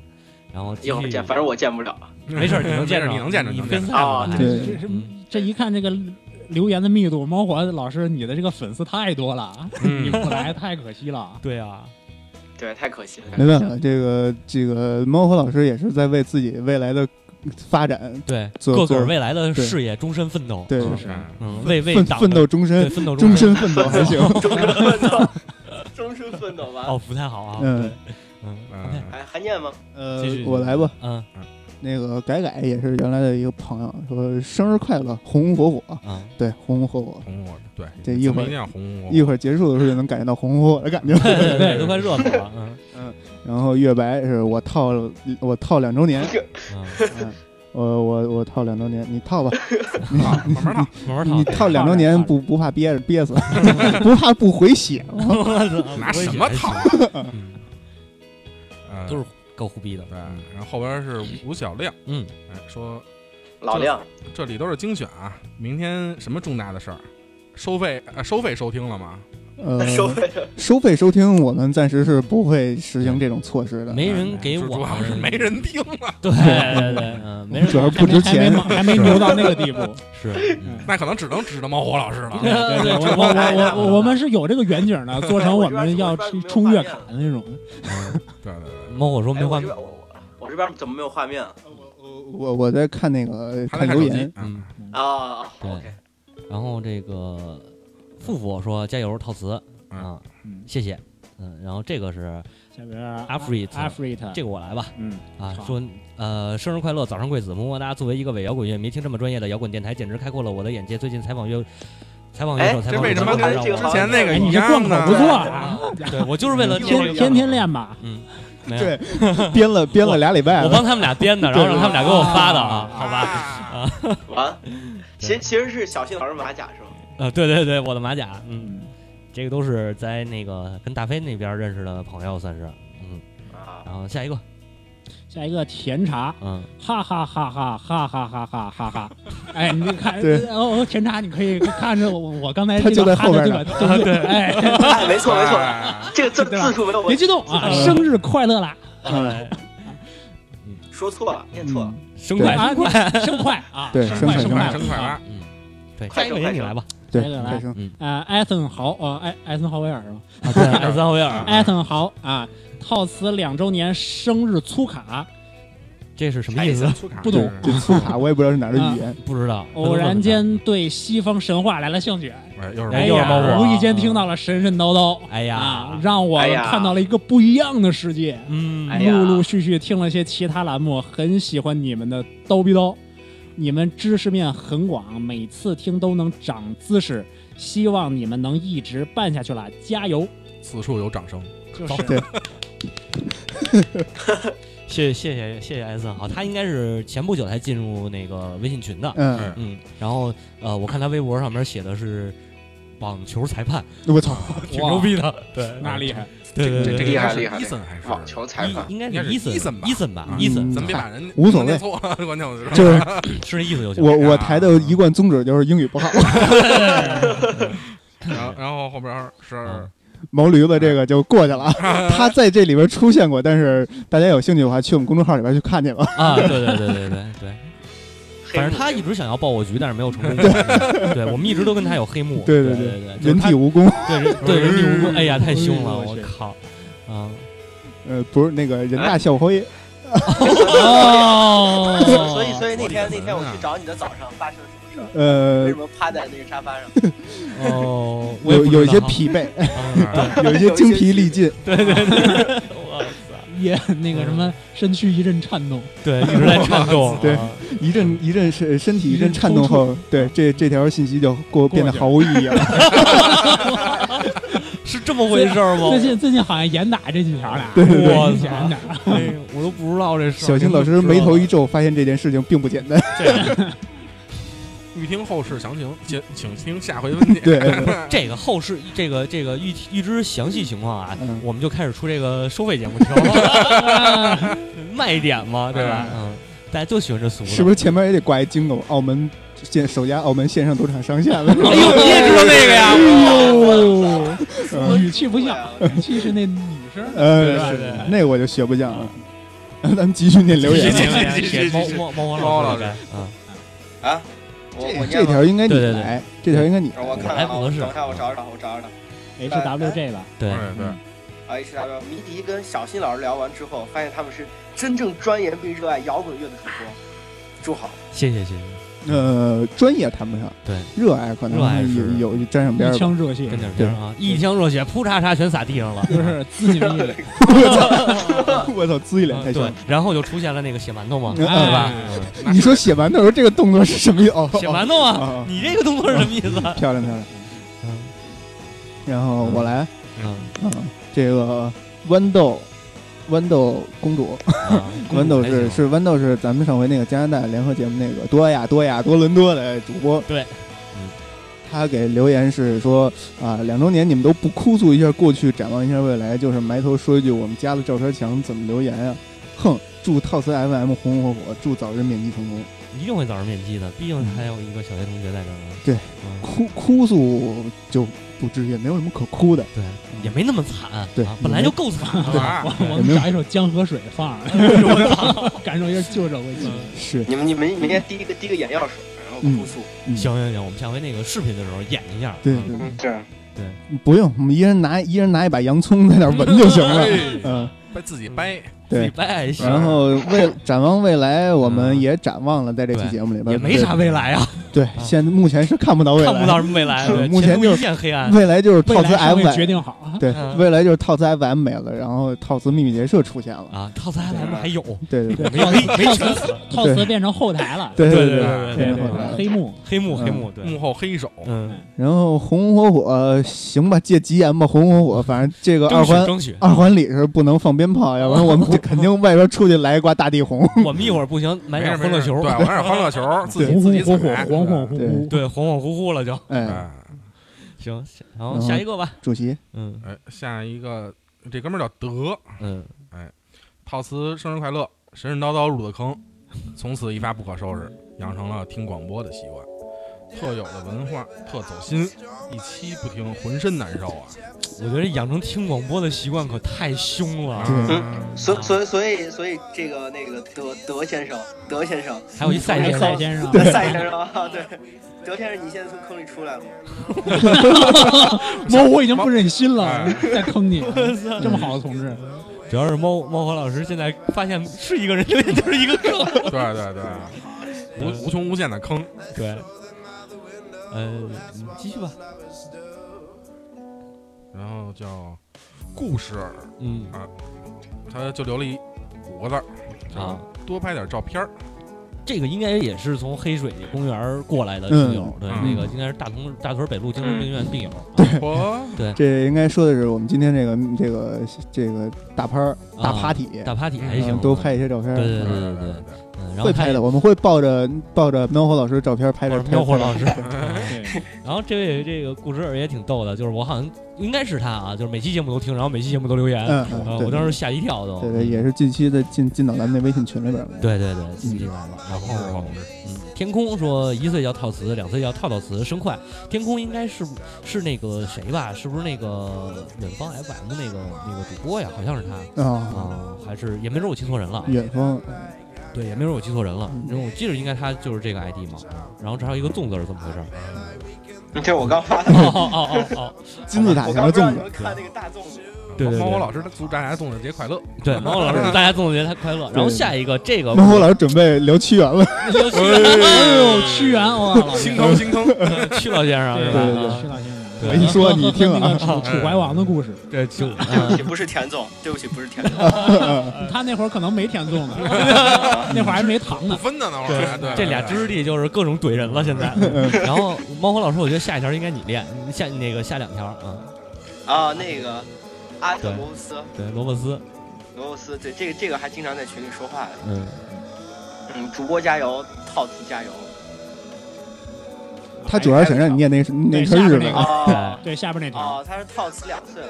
然后继
一会儿
续
见，反正我见不了。
嗯没事儿，你能见着，
你能见着，
你
能
分
见
散
着。
哦
了，
对
这是
嗯
这一看这个留言的密度，猫火老师，你的这个粉丝太多了，啊
嗯
你不来太可惜了。
对啊，
对，太可惜 了。
没办法，这个这个猫火老师也是在为自己未来的发展
对，
做
个个儿
做
未来的
对
事业终身奋斗，
对
嗯
是
嗯
嗯，为为
奋
党
奋
的
斗终
对
身，
奋斗
终
身
身奋斗还 行，
终身奋斗，终身奋斗吧。
哦，不太好啊，
嗯
对，嗯，OK，
嗯，
哎，还念吗？
呃
继续，
我来吧，
嗯
那个改改也是原来的一个朋友，说生日快乐，红红火火，
嗯，
对，红红火火。
红我对，
这一会儿
一定要红我
一。会儿结束的时候就能感觉到红红火火的感 觉。
对对对，都快热死了，嗯
然后月白是我套了我套两周年，
嗯，
嗯，我我我套两周年，你套吧，
啊慢慢套，
慢慢
你
讨，
套两周年不不怕憋着憋死，不怕不回血 吗？
拿什么套？
嗯
嗯
都是够胡逼的，
对。然后后边是吴小亮，
嗯，
哎，说
老亮，
这里都是精选啊，明天什么重大的事儿？收费呃，收费收听了吗？
呃，
收哎费
嗯
收费收听我们暂时是不会实行这种措施的，
没人给
主
我
主要
们
是没，人听了，
对对对，嗯，没人
主要是不值
还没还
钱
没。忙还没牛到那个地步。
是，嗯
那可能只能指着猫火老师了
对
啊。
对对， 我我我我我们是有这个远景的，做成我们要去冲月卡的那种。
对对对，
嗯猫火说没
哎，我
话
这，边我我这边怎么没有画面啊？
我我我在看那个
他在
看
看
留
手
言
机，
嗯
嗯。
啊
对
，OK，
然后这个富富说加油套词
嗯
啊，
嗯，
谢谢，嗯，然后这个是
下边
Afrit
阿弗瑞特，
这个我来吧，
嗯
啊，
好
说呃，生日快乐，早上贵子，么么哒。作为一个伪摇滚乐迷，听这么专业的摇滚电台，简直开阔了我的眼界。最近采访乐，采访乐手，
哎
采
这
访
为
乐
什
手
么
让
跟
我，
之前那个
哎，你
一
这贯
样
口
呢？
不错啊，
对我就是为了这个
天天天，练吧。
嗯，没有，
对，编了编了俩礼拜
我
了，
帮他们俩编的，然后让他们俩给我发的啊，好吧？
吧，
完，啊其其实是小新老师马甲是吗？
呃，对对对，我的马甲，嗯，这个都是在那个跟大飞那边认识的朋友，算是。嗯
啊，
然后下一个，
下一个甜茶，
嗯，
哈哈哈哈哈哈哈哈 哈哈！哎，你看，
对
哦，哦甜茶，你可以看着我，我刚才
他
这
就
个
在
哈
后啊
的
边
这个，对对，哎，
哎 没错没错，
哎
这个字
对吧
字数没有
别
问题，
激动啊，
呃
生日快乐啦！
嗯
说错了，念错了，
生快，
啊，快生快啊，
对
生
生
快
快
生
生
快
快
生快
啊！
吧，
嗯，对，
快
下一个
手
人
快
你
手
来吧，
对，
这个来
再生
嗯，
呃，艾森豪，呃，艾艾森豪威尔是吧？
啊，对，艾森豪威尔，
艾森豪啊，套词两周年生日粗卡，
这是什么
查
意
理
思
森？粗卡
不懂
是
这粗卡我也不知道是哪儿的语言，
不知道，
偶然间对西方神话来了兴趣，
哎，又是
哎
哎又是猫
呀，
火
无意间听到了神神叨叨，
哎呀
啊，让我
哎呀
看到了一个不一样的世界。
嗯，
哎呀
陆陆续续听了些其他栏目，很喜欢你们的叨逼叨，你们知识面很广，每次听都能长姿势，希望你们能一直办下去啦，加油！
此处有掌声，
就是
对
谢谢谢谢谢艾森豪，他应该是前不久才进入那个微信群的，
嗯，
嗯，然后呃，我看他微博上面写的是。网球裁判，
我操，
挺牛逼的。对，
那厉害，
对对
这这
对对
个应该是
厉害厉害
伊森还是
网
啊
球裁判
应该
应该
是
是
伊森
伊森吧
伊森吧，
嗯
伊森
咱们别把人
无所谓
弄错了， 关键我就
就是是
嗯是那意思就行。
我我台的一贯宗旨就是英语不好，
然后然后后边是
嗯
毛驴子这个就过去了 啊。他在这里边出现过，但是大家有兴趣的话，去我们公众号里边去看去吧。
啊，对对对对对对，
黑
反正
幕
他
这
一
个
直想要爆我局，但是没有成功过。对我们一直都跟他有黑幕。
对
对
对
对，就是
人
他
体蜈蚣，
对人对人体蜈蚣，哎呀，太凶了，
哎呦
我
我去
靠！啊，
呃，不是那个人大校徽，
嗯
哦
所以所以所以那天
我
那
的
天我
妈呀
去找你的早上发生了什么事儿？为
呃
什，么趴在那个沙发上？
哦，我也
有
不知
有一些
道，
疲 惫，
啊
有一些精疲力尽。
对哇塞
也那个什么身躯一阵颤动，
对，一直在颤动，
对
啊
一阵一阵身身体
一
一
阵
阵颤动后，对这这条信息就过变得毫无意义了。
是这么回事儿吗？
最近最近好像严打这几条了，
对对
对
我严打，
哎呦我都不知道这事儿。
小新老师眉头一皱，发现这件事情并不 简单。
欲听后事详情，请请听下回分解。
对，
这个后事，这个这个预预知详细情况啊
嗯，
我们就开始出这个收费节目听了，卖点嘛，对吧
哎？
嗯，大家就喜欢这俗的，
是不是前面也得挂一金狗？澳门现首家澳门线上赌场上线了。
哎呦，你也知道那个呀？
哦，
嗯
语气不像，语气是那女生的，
对吧
呃，
对
是那个我就学不像了。咱们继续念留言
继续
吧，
继续继续继续
猫猫
猫
猫
老
老
师
师，嗯，
啊，我我
这这
念吗？
条应该你
对对对
来，这条应该你来。
我看
还
看
不
啊，
合
我
适
等一下我找找我找找
HWJ 吧，
对，
对对，
啊！H W 迷笛跟小新老师聊完之后，发现他们是真正钻研并热爱摇滚乐的主播。祝好，
谢谢谢谢，
呃，专业谈不上，
对，
热爱可能
热爱是
有有沾上边
一
儿吧。
腔热血
跟，点边啊，一腔热血，扑嚓嚓全洒地上了。
就是自己们也
我操，呲一脸太
嗯
凶
对。，然后就出现了那个血馒头嘛，
嗯
对吧？
嗯
你说写完的时候这个动作是什么意思？哦，
血馒头
哦
啊
哦，
你这个动作是什么意思？ 啊
漂亮漂亮。
嗯
然后我来，
嗯
嗯，这个豌豆，�and 豆公主，
啊
豌豆嗯是是豌豆是咱们上回那个加拿大联合节目那个多亚多亚多伦多的主播，
对嗯
嗯，他给留言是说啊，两周年你们都不哭诉一下过去，展望一下未来，就是埋头说一句我们家的赵天强怎么留言呀、哼，祝套词 FM 红红火火，祝早日免疫成功。
一定会早上面基的，毕竟还有一个小学同学在这儿呢。
对
嗯，
哭哭诉就不至于，没有什么可哭的。
对，也没那么惨，
对
啊本来就够惨了。
啊
我们找一首《江河水》放 上，感受一下旧社会气息。
是，
你们你们明天第一个第一个眼药水，然后
嗯
哭诉。
嗯
行行行，我们下回那个视频的时候演一下。
对对
嗯
对，
这样
不用，我们一人拿一人拿一把洋葱在那儿闻就行 了。嗯，
掰哎自己掰，
自己
对。
掰也行，
然后为展望未来，我们也展望了，在这期
嗯对
节目里边
也没啥未来啊，
对，现在目前是看不到未来，
看不到什么未来，
是
对
目前
前途
就
一
是
片黑暗。
未来就是
未
套词
来
M
尚未决定好啊，
对
嗯，
未来就是套词 FM 没了，然后套词秘密结社出现了。
啊，套餐咱们还有，
对嗯 对对
没没没全死，
套词变成后台了，
对
对
对
对
对
对
变
对
成后
对
台
对，
了。
黑幕
黑幕
嗯
黑幕，对，
幕后黑手，
嗯，
然后红红火火，行吧，借吉言吧，红红火火，反正这个呃二
争取
环
争取，
二环里是不能放鞭炮，要不然我 们肯定外边出去来一挂大地红。
我们一会儿不行买
没
点
事
欢
没
乐
事，
球 嗯
对，，玩点欢乐球，自己
红
自
红
己
火火，
踩
恍恍惚惚。
对，恍恍惚惚了就
哎，
哎，
行。然后
嗯
下一个吧，
主席，
嗯
哎，下一个这哥们儿叫德，
嗯，
套词生日快乐，神神叨叨入的坑，从此一发不可收拾，养成了听广播的习惯，特有的文化，特走心，一期不听浑身难受啊！
我觉得养成听广播的习惯可太凶了，
对
啊
所所以所以所以这个那个德德先生，德先生，
还有一赛
赛
先生，
先生，
赛先生啊，对，德先生，你现在从坑里出来了吗？
猫我已经不忍心了，
哎
再坑你，这么好的同志，
主要是猫猫和老师现在发现是一个人，就是一个坑。
对对对，无无穷无限的坑，
对，呃，你继续吧。
然后叫故事儿，
嗯
他就留了一五个字儿，
啊，
多拍点照片儿。
这个应该也是从黑水公园过来的听友，对，
嗯
那个应该是大同大屯北路精神病院病友啊
我
这应该说的是我们今天这个这个这个大拍儿大
啊
party，
大 party 还
嗯
行，
多拍一些照片
对。
儿。
对对对对
对，
嗯然后
会
他
拍
也
的，我们会抱着抱着喵火老师的照片拍着
抱着喵火老师
对，
然后这位这个顾之尔也挺逗的，就是我好像应该是他啊，就是每期节目都听，然后每期节目都留言，
嗯
啊
嗯，
我
对
当时吓一跳都。
对对，也是嗯近期的进进到咱们那微信群里边了。
对对对，进来了。然后
是吧同志
嗯，天空说一岁叫套词，两岁叫套套词，生快。天空应该是是那个谁吧？是不是那个远方哎 FM 那个那个主播呀？好像是他。
啊，
啊、还是也没准我记错人了，
远方，
对，也没准我记错人了
嗯，
因为我记着应该他就是这个 ID 嘛，然后这还有一个粽字是怎么回 事？
这是我刚发的，
哦哦哦哦，
金字塔
我
前的
刚不知道
粽
你
子
们，看那个大粽子，
对对对
猫火老师祝大家粽子节快乐。
对，毛老师，祝大家粽子节快乐。然后下一个这个，
喵火老师准备聊屈原了。
刘旭
哎呦，屈原哇，老
心
师
疼心疼，
屈老先生
对
是
对
对
对
啊
对，哎
吧
屈？老先生，
对
我一说你听
那
啊
个，楚楚怀王的故 事，
对，就
对不起，不是田 总，对不起，不是田 总，
哎他那会儿可能没填 粽子，那会儿还没糖
不
呢。
分的那会儿，啊对，
这俩知识弟就是各种怼人了，现 在。
嗯
然后猫火老师，我觉得下一条应该你练，你下那个下两条啊，
啊，那个阿特罗斯，
对，罗伯斯，
罗伯斯，对这个这个还经常在群里说话的，
嗯，
嗯，主播加油，套词加油
他主要是想让你念那个那串日文
对下边那个
啊。
啊
对
哎对，下边那条，
哦，他是套词两岁了，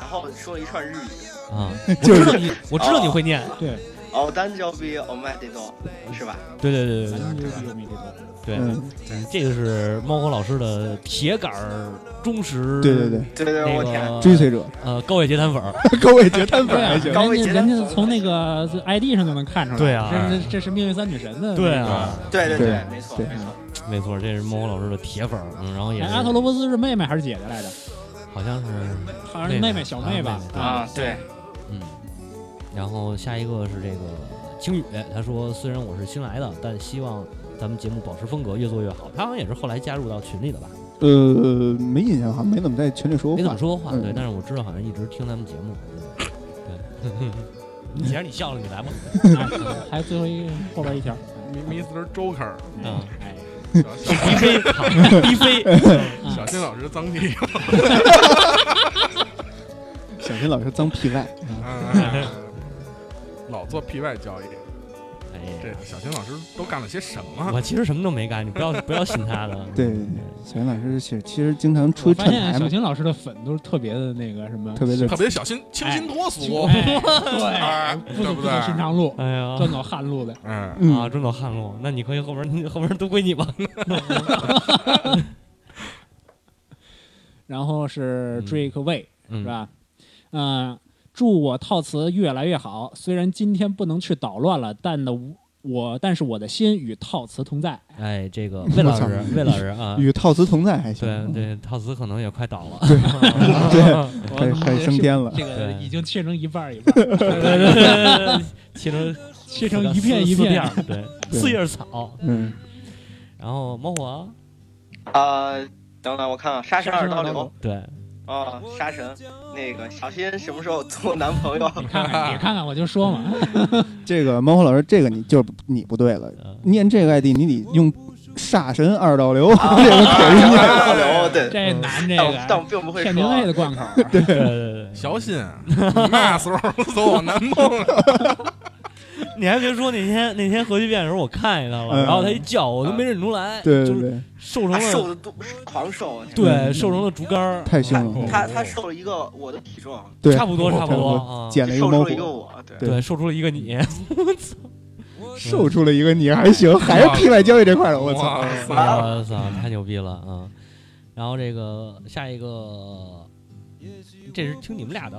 然后说了一串日语，
啊，我
就
知
是
道你，我知道你会念，
哦，单交比哦麦得多，是吧？
对对对对
咱就有没这多
对对
嗯，
对，这个是猫火老师的铁杆儿忠实，
对对对，
对对，我天，
那
追
个
随者，
呃高位截瘫 粉儿，
各位截瘫粉
对啊
还 行。
高位
人
截
家
瘫
人家从那个 ID 上就能看出来，
对啊
这这这是命运三女神的，
对啊，
嗯
对对
对
没错
对
没错，
没错，这是猫火老师的铁粉儿，嗯，然后也
哎。
是
阿特罗伯斯是妹妹还是姐姐来着？
好像是
好像是妹妹，小妹吧
妹妹？对
啊，
啊，对，
嗯，然后下一个是这个青雨，他说虽然我是新来的，但希望咱们节目保持风格，越做越好。他好像也是后来加入到群里的吧，
呃，没印象，好像没怎么在群里说
没
过
怎
话
么。说过话，
嗯
对，但是我知道好像一直听咱们节目。嗯对， 既然你笑了，你来吧。
哎还有最后一个后边一条，
Mr. Joker，
嗯，
哎，
小小
逼飞，逼飞，
小新老师脏屁股，
小新老师脏屁外，
哎老做 PY 交易，这
哎，
小新老师都干了些什么？
我其实什么都没干，你不要不要信他 的。
对对对小新老师其实其实经常出
我发
串
现
台
小
嘛，
新老师的粉都是特别的那个什么，
特别的
特别小心，清新脱俗，
哎
哎
对，不
对
走
不
不走寻
对？
常路，
哎呀，
专走旱路的。
嗯，
啊，
嗯，
真走旱路，那你可以后边后边都归你吧。
然后是
嗯
Drake Way
嗯
是，吧？嗯，祝我套词越来越好。虽然今天不能去捣乱了，但呢我但是我的心与套词同在。
哎，这个魏老师，魏老师啊，
与套词同在还行。
对对，套词可能也快倒了。
对，
我
快快升天了
这个
对
已经切成一半儿一半儿，
对对对，对，切成
切成一片一
四
片。
儿，对，
对
四叶草，
嗯，
然后猫火，
啊，等等，我看看，杀神二刀流
对，
啊，杀神，那个小新什么时候做男朋友？
你看看，你看看，我就说嘛，
这个猫火老师，这个你就是你不对了，
呃
念这个 ID 你得用煞神二道流
啊
这个口
哎
音念。
啊二刀流，哎对，
这难这
但我但我
个
并不会
天津
说啊
卫。的贯口儿。
对对对，
小新，你那时候走我南梦了，
你还别说，那天那天核聚变的时候我看见他了，
嗯
然后他一叫我都没认出来，
对
就
对
是
对，
瘦成
他瘦
了，
的多，狂瘦啊！
对，瘦成了竹竿儿，
太
他
凶了，
他他瘦了一个我的体重，
对，
差不多差不多
我
啊，
捡了一个
瘦
猫
出了一个
火，
我，对，
对
对，瘦出了一个你，
瘦出了一个你还行，还是 P Y 交易这块儿的，我操
哇！塞，
我操，太牛逼了啊！然后这个下一个，这是听你们俩的，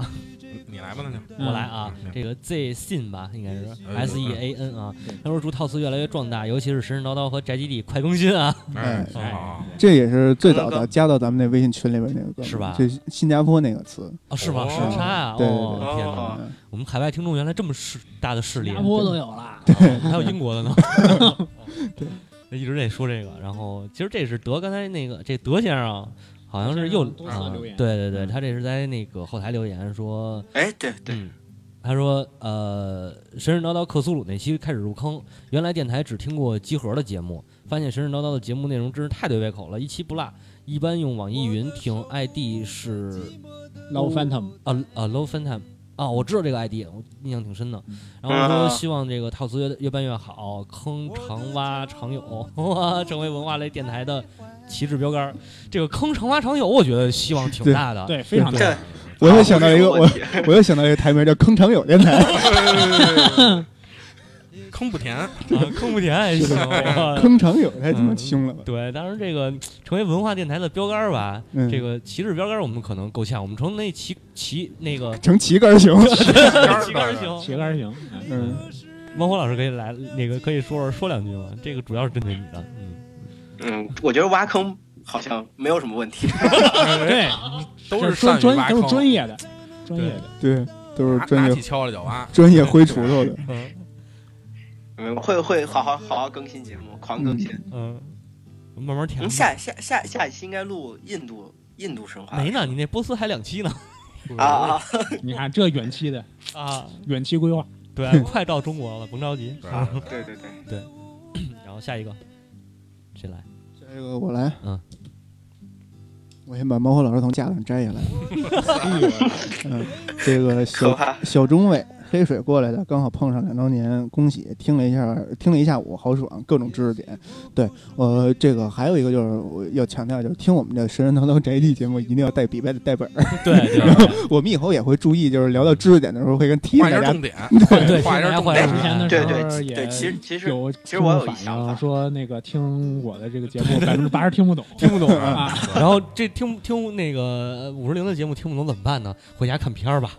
你来吧，那就
嗯
我来啊
嗯，
这个 Z Sin 吧，应该是
嗯
S E A N 啊
对。
他说祝套词越来越壮大，尤其是神神叨叨和宅基地快更新啊！
哎，
哎
好，
这也是最早
可能
的
刚
加到咱们那微信群里边那个哥们儿
是吧
就新加坡那个词，
哦，是吗？
哦
时差啊！
对对
哦
对
天
哦
哪，
嗯
我们海外听众原来这么势大的势力
新
啊，
加坡都有了，
哦 还有英国的呢。
对，
一直得说这个。然后其实这是德刚才那个这德先生啊，好像是又
多次
啊
留言
对对对，他这是在那个后台留言说
哎，对对，
嗯，他说，呃，神神叨叨克苏鲁那期开始入坑，原来电台只听过集合的节目，发现神神叨叨的节目内容真是太对胃口了，一期不落。一般用网易云听，ID 是
老 Phantom
啊啊 Low Phantom 啊，我知道这个 ID，我印象挺深的。然后说希望这个套词越越办越好，坑长蛙长友成为文化类电台的旗帜标杆儿。这个坑长蛙长友，我觉得希望挺大的。
对，非常
这
大。
我又想到一个，
啊
我我又想到一个台名叫“坑长友”电 台，
坑不甜，
啊，坑不甜还行。我
坑长友太他
嗯
妈凶 了吧？
对，当然这个成为文化电台的标杆儿吧，
嗯
这个旗帜标杆儿我们可能够呛，我们成那旗旗那个
成旗杆熊，
旗杆儿行。
斜杆型，
嗯，
汪峰老师可以来那个可以说说说两句吗？这个主要是针对你的，嗯，
嗯，我觉得挖坑好像没有什么问题。
哎对，
都
这
是善
专
于挖
专都是
坑，
专业的，专业的。
对，都是
拿
专
拿
业
起锹来就挖。
专业挥锄头的。
嗯，会会好好好好更新节目，狂更新。
嗯，慢慢填
嗯，。下下下下一期应该录印度印度神话。
没呢，你那波斯还两期 呢。
啊啊！
你看这远期的
啊，
远期规划，
对，快到中国了，甭着急。
对
啊
对对
对对对，
然后下一个，谁来？
这个我来，
嗯，
我先把猫和老师从架子上 摘下来。嗯，这个
可
小
怕。
小中尉黑水过来的，刚好碰上两周年，恭喜！听了一下，听了一下午，好爽，各种知识点。对，呃，这个还有一个就是我要强调，就是听我们的神神叨叨宅地节目，一定要带笔、带带本儿。
对对
我们以后也会注意，就是聊到知识点的时候，会跟提醒
画一
大
下
家
重点，
对，
画一下重
画
之
点
一，
前的时
对
候
对
嗯也
对，其实其实
有
其实我有一
听众
想
反
法
映说，那个听我的这个节目百分之八十听不懂，听不懂啊，
然后这听听那个五十铃的节目听不懂怎么办呢？回家看片儿吧。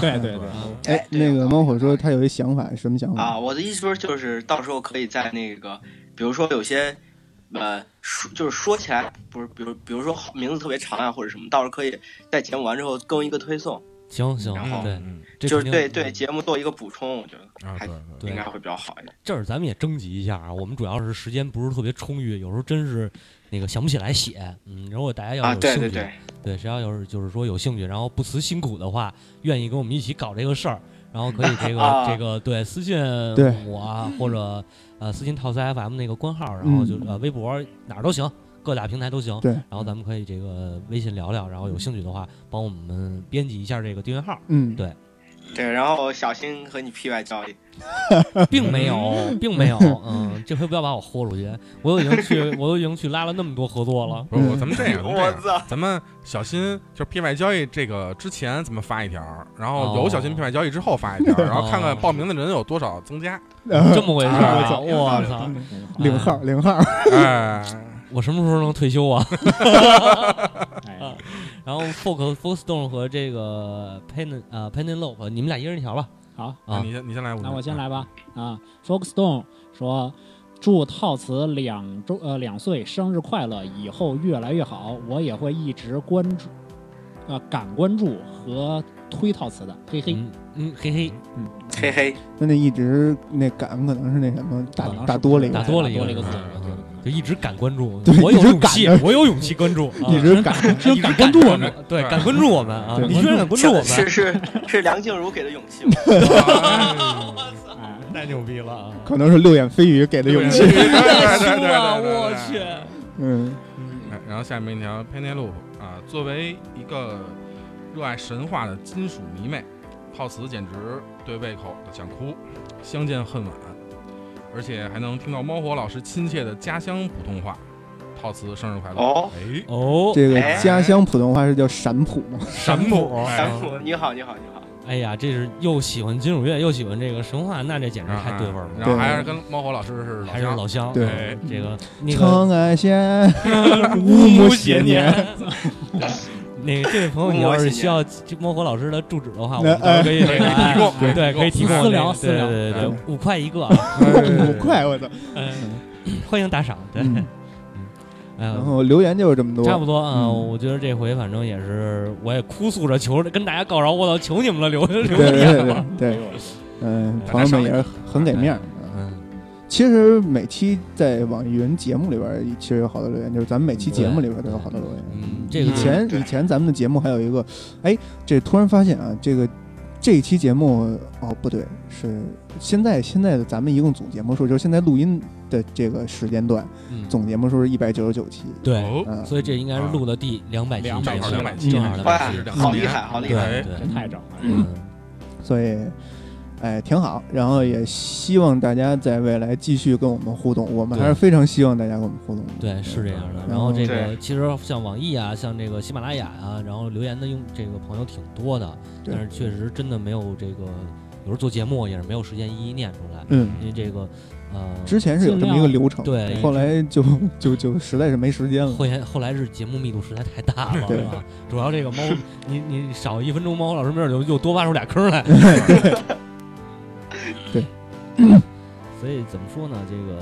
对对 对，
哎，那个猫火说他有一想法，什么想法？
啊，我的意思说就是到时候可以在那个，比如说有些，呃，说就是说起来不是，比如比如说名字特别长啊或者什么，到时候可以在节目完之后更一个推送，
行行
然，后
哦对，
嗯
这
就是
肯定
对对节目做一个补充，我觉得
啊，
还
对对
对
应该会比较好一点。
这儿咱们也征集一下啊，我们主要是时间不是特别充裕，有时候真是那个想不起来写。嗯，如果大家要
啊，
是有
对
兴趣，
对对，
对谁要是就是说有兴趣，然后不辞辛苦的话，愿意跟我们一起搞这个事儿，然后可以这个、
啊
这个对私信
对
我啊或者呃私信套三 FM 那个官号，然后就、
嗯
呃微博哪儿都行，各大平台都行。
对
然后咱们可以这个微信聊聊，然后有兴趣的话帮我们编辑一下这个订阅号，
嗯，
对
对，然后小心和你 P Y 交易。
并没有，并没有，嗯，这回不要把我豁出去，我都已经去我都已经去拉了那么多合作了。
不是我咱们 这样，咱们这
我
样
操！
咱们小心，就是 P 外交易这个之前咱们发一条，然后
哦
有小心 P 外交易之后发一条，然后看
哦
看报名的人有多少增加。
这么回事儿
啊
啊！我操，
啊
零号零号，
哎，
我什么时候能退休啊？
哎，
然后 Folk f o s t o n e 和这个 Pen 呃 Penelope，你们俩一人一条吧。
好，
那
啊
你先你先来，
那 我先。来吧。啊，Foxstone 说。祝套词两周呃两岁生日快乐，以后越来越好。我也会一直关注，呃，敢关注和推套词的，嘿嘿。
嗯嗯，嘿嘿，
嘿嘿，
那那一直那感可能是那什么打
可能是
打多了一
打
个，
多了
打多了
一
一
个
个
字
字，
嗯就一直敢关注
对，
我有
一直
勇气
敢，
我有勇气关注，啊
一 直感。
真敢关注我们，对，
对
敢关注我们啊！
对
你居然敢关注我们
是，是是梁静茹给的勇气吗？
哎
太牛逼了啊！
可能是六眼飞鱼给的勇气
对。对对
太
对
凶
对
啊
了，
对对
我
对
去！
嗯，
哎然后下面一条 Penelope 啊，作为一个热爱神话的金属迷妹，泡茨简直对胃口的想哭，相见恨晚，而且还能听到猫火老师亲切的家乡普通话。泡茨生日快乐！
哦
哎，
哦，
这个
哎
家乡普通话是叫陕普吗？
闪谱，
三浦，你好，你好，你好。
哎呀，这是又喜欢金属乐，又喜欢这个神话，那这简直太对味儿了，
哎然后还是跟猫火老师是老
啊还是
乡。
老乡。
对
哎这个那个
长安县乌木
邪。
邪年。
那个这位朋友，你要是需要这猫火老师的住址的话，我
那
们到时候可以那个
哎提供
哎对，
对
可以提供
私聊
那个
私聊
对对对
对，
五块一个啊，
五块，我操！
嗯 欢迎打赏，对，
嗯
嗯，哎呀
然后留言就是这么多，
差不多啊，
嗯
我觉得这回反正也是，我也哭诉着求着跟大家告饶，我操，求你们了，留留
对
个
对对
言吧
对，
哎
对，嗯，朋友们也是很给面儿。嗯
嗯，
其实每期在网易云节目里边儿，其实有好多留言，就是咱们每期节目里边儿都有好多留言。
嗯这个
以前
对
以前咱们的节目还有一个，哎，这突然发现啊，这个这一期节目哦不对，是现在现在的咱们一共总节目数，就是现在录音的这个时间段，
嗯
总节目数是一百九十九期。
对，
哦，
嗯，
所以这应该是录的第两百期，
200期
正好
正好
200
200
期，
期
正好200
哇
期，
好厉害，好
对
厉害！
对
这，太整了。
嗯，
所以，哎，挺好。然后也希望大家在未来继续跟我们互动，我们还是
对
非常希望大家跟我们互动的。
对，是这样的。
然
然
后
后这个
对
其实像网易啊，像这个喜马拉雅啊，然后留言的用这个朋友挺多的，
对
但是确实真的没有这个，有时候做节目也是没有时间一一念出来，
嗯，
因为这个呃，
之前是有这么一个流程，
尽量对
后来就就就实在是没时间了。
后来后来是节目密度实在太大了，
对
是吧？主要这个猫，你你少一分钟，猫老师没准就又多挖出俩坑来。
对，
所以怎么说呢？这个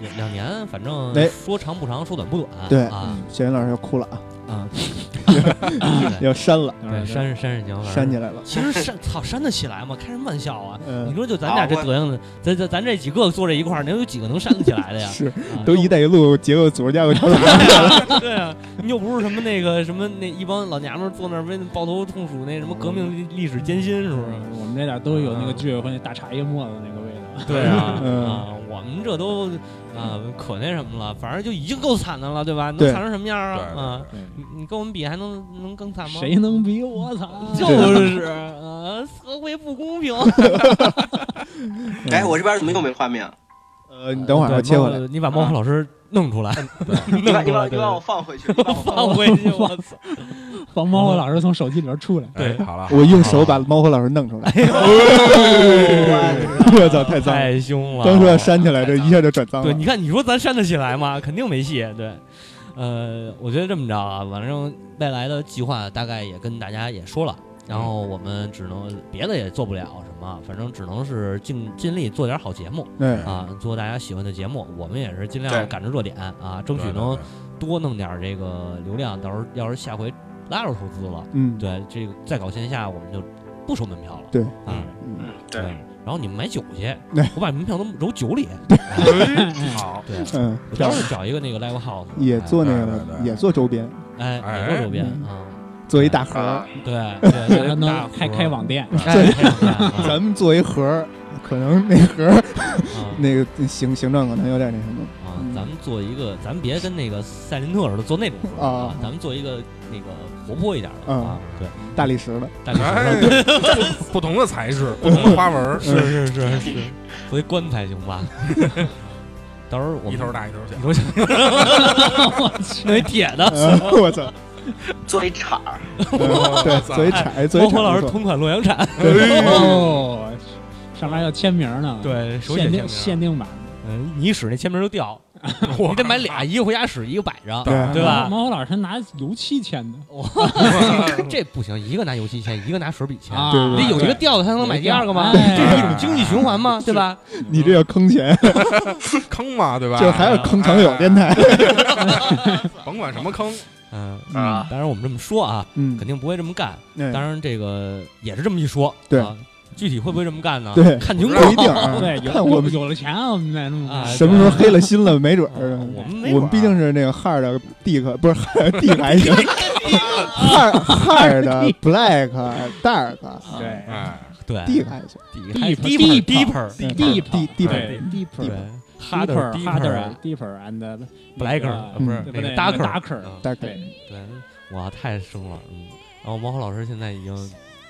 两两年，反正
哎
说长不长，说短不短。
对
啊
小云老师要哭了啊，
啊，
要删了，
嗯
对，删删是行，反
删
正
起来了。
其实删操删得起来吗？开什么玩笑啊！你
嗯，
说就咱俩这德行的，咱咱咱这几个坐这一块儿，能有几个能删得起 来的呀？
是
啊
都“一带一路”结构组织架构调整。
对啊，你又不是什么那个什么那一帮老娘们儿坐那儿为抱头痛楚那什么革命历历史艰辛是不是？
我们这点都有那个居委会那大茶叶沫子那个味道。
对 啊，
嗯
啊，我们这都啊可那什么了，反正就已经够惨的了，对吧？能
对
惨成什么样
对
啊？
对
啊，
对
你你跟我们比还能能更惨吗？
啊谁能比我惨？
就是啊，社会不公 平。嗯
哎，我这边怎么又没画面啊？
呃，你等会儿我切回来。
来， 你把猫和老师弄 出来，
你把你把
对
你把我放回去，你把我放
放回去，我 操！
防猫和老师从手机里边出来，
哎
对
好了，
我用手把猫和老师弄出来， 我操，哎太脏了！
太凶了，
刚说要删起来，这一下就转脏
对，
了。
你看，你说咱删得起来吗？肯定没戏。对，呃，我觉得这么着啊，反正未来的计划大概也跟大家也说了，然后我们只能别的也做不了什么，反正只能是尽尽力做点好节目
对，
啊，做大家喜欢的节目。我们也是尽
对
量赶着热点啊，
对
争取能多弄点这个流量。到时候要是下回拉着投资了，
嗯，
对，这个再搞线下我们就不收门票了。
对
啊，
嗯，
对
对，。
然后你们买酒去
对，
我把门票都揉酒里。
对好，
对，
嗯，
我到时候找一个那个 live house，
也做那
对对
个，
对
也做周边，
哎，哎也做周边啊，
做一大盒儿
啊，，
对 对，
对
做一大
能
盒
开 开，网店。
哎开开网店
咱们做一盒儿，可能那盒儿
啊
那个形形状可能有点那什么。
啊，咱们做一个，咱们别跟那个赛林特似的做那种盒
啊
啊，咱们做一个那个活泼一点的
嗯
啊，对，
大理石的，
大理
哎
石的，，
不同的材质，不同的花纹儿，
哎是是是是，嗯所以棺材行吧？ 到时候我
一
们
头大一头小
你。说弄一铁的，
嗯我操，
做一铲儿，
嗯
我
对，
操
做一铲，做一
包括
铲，
老师
不错哎
同款洛阳铲，
哦，上面要签名呢。，
对，手写签
限定
名，
限定版。
嗯，你一使那签名就 掉，你得买俩，一个回家使，一个摆着，
对
对吧？
猫和老师拿油漆签的，
这不行，一个拿油漆签，一个拿水笔签，
啊
对对
得有一个掉的才能买第二个嘛，
哎
这是一种经济循环嘛，对吧？
你这要坑钱，
坑嘛，对吧？
就还有坑常有电台，
甭管什么坑，
嗯，
嗯
当然我们这么说啊，
嗯
肯，定不会这么干。
嗯
当然这个也是这么一说，
对
啊，具体会不会这么干呢？
对
看情
不一
况。
定啊。
对，有
看我
有
们
有了钱我们再弄
啊
什么时候黑了心了，没准
啊
儿。
我们没
我们毕竟是那个哈尔的 Dick，不是哈尔 Dick 还行，哈尔哈尔的 Black Dark，啊
对
哎，
对
Dick 还行
底还
Deep-
deeper
Deep-
Deep
Deep-
Deep
，deeper
对
deeper
harder
harder deeper and
blacker
那
啊
个
不是
嗯
那个
对
darker
那个 darker
啊
Dark，
对，
对，哇，太生了，嗯。然后毛浩老师现在已经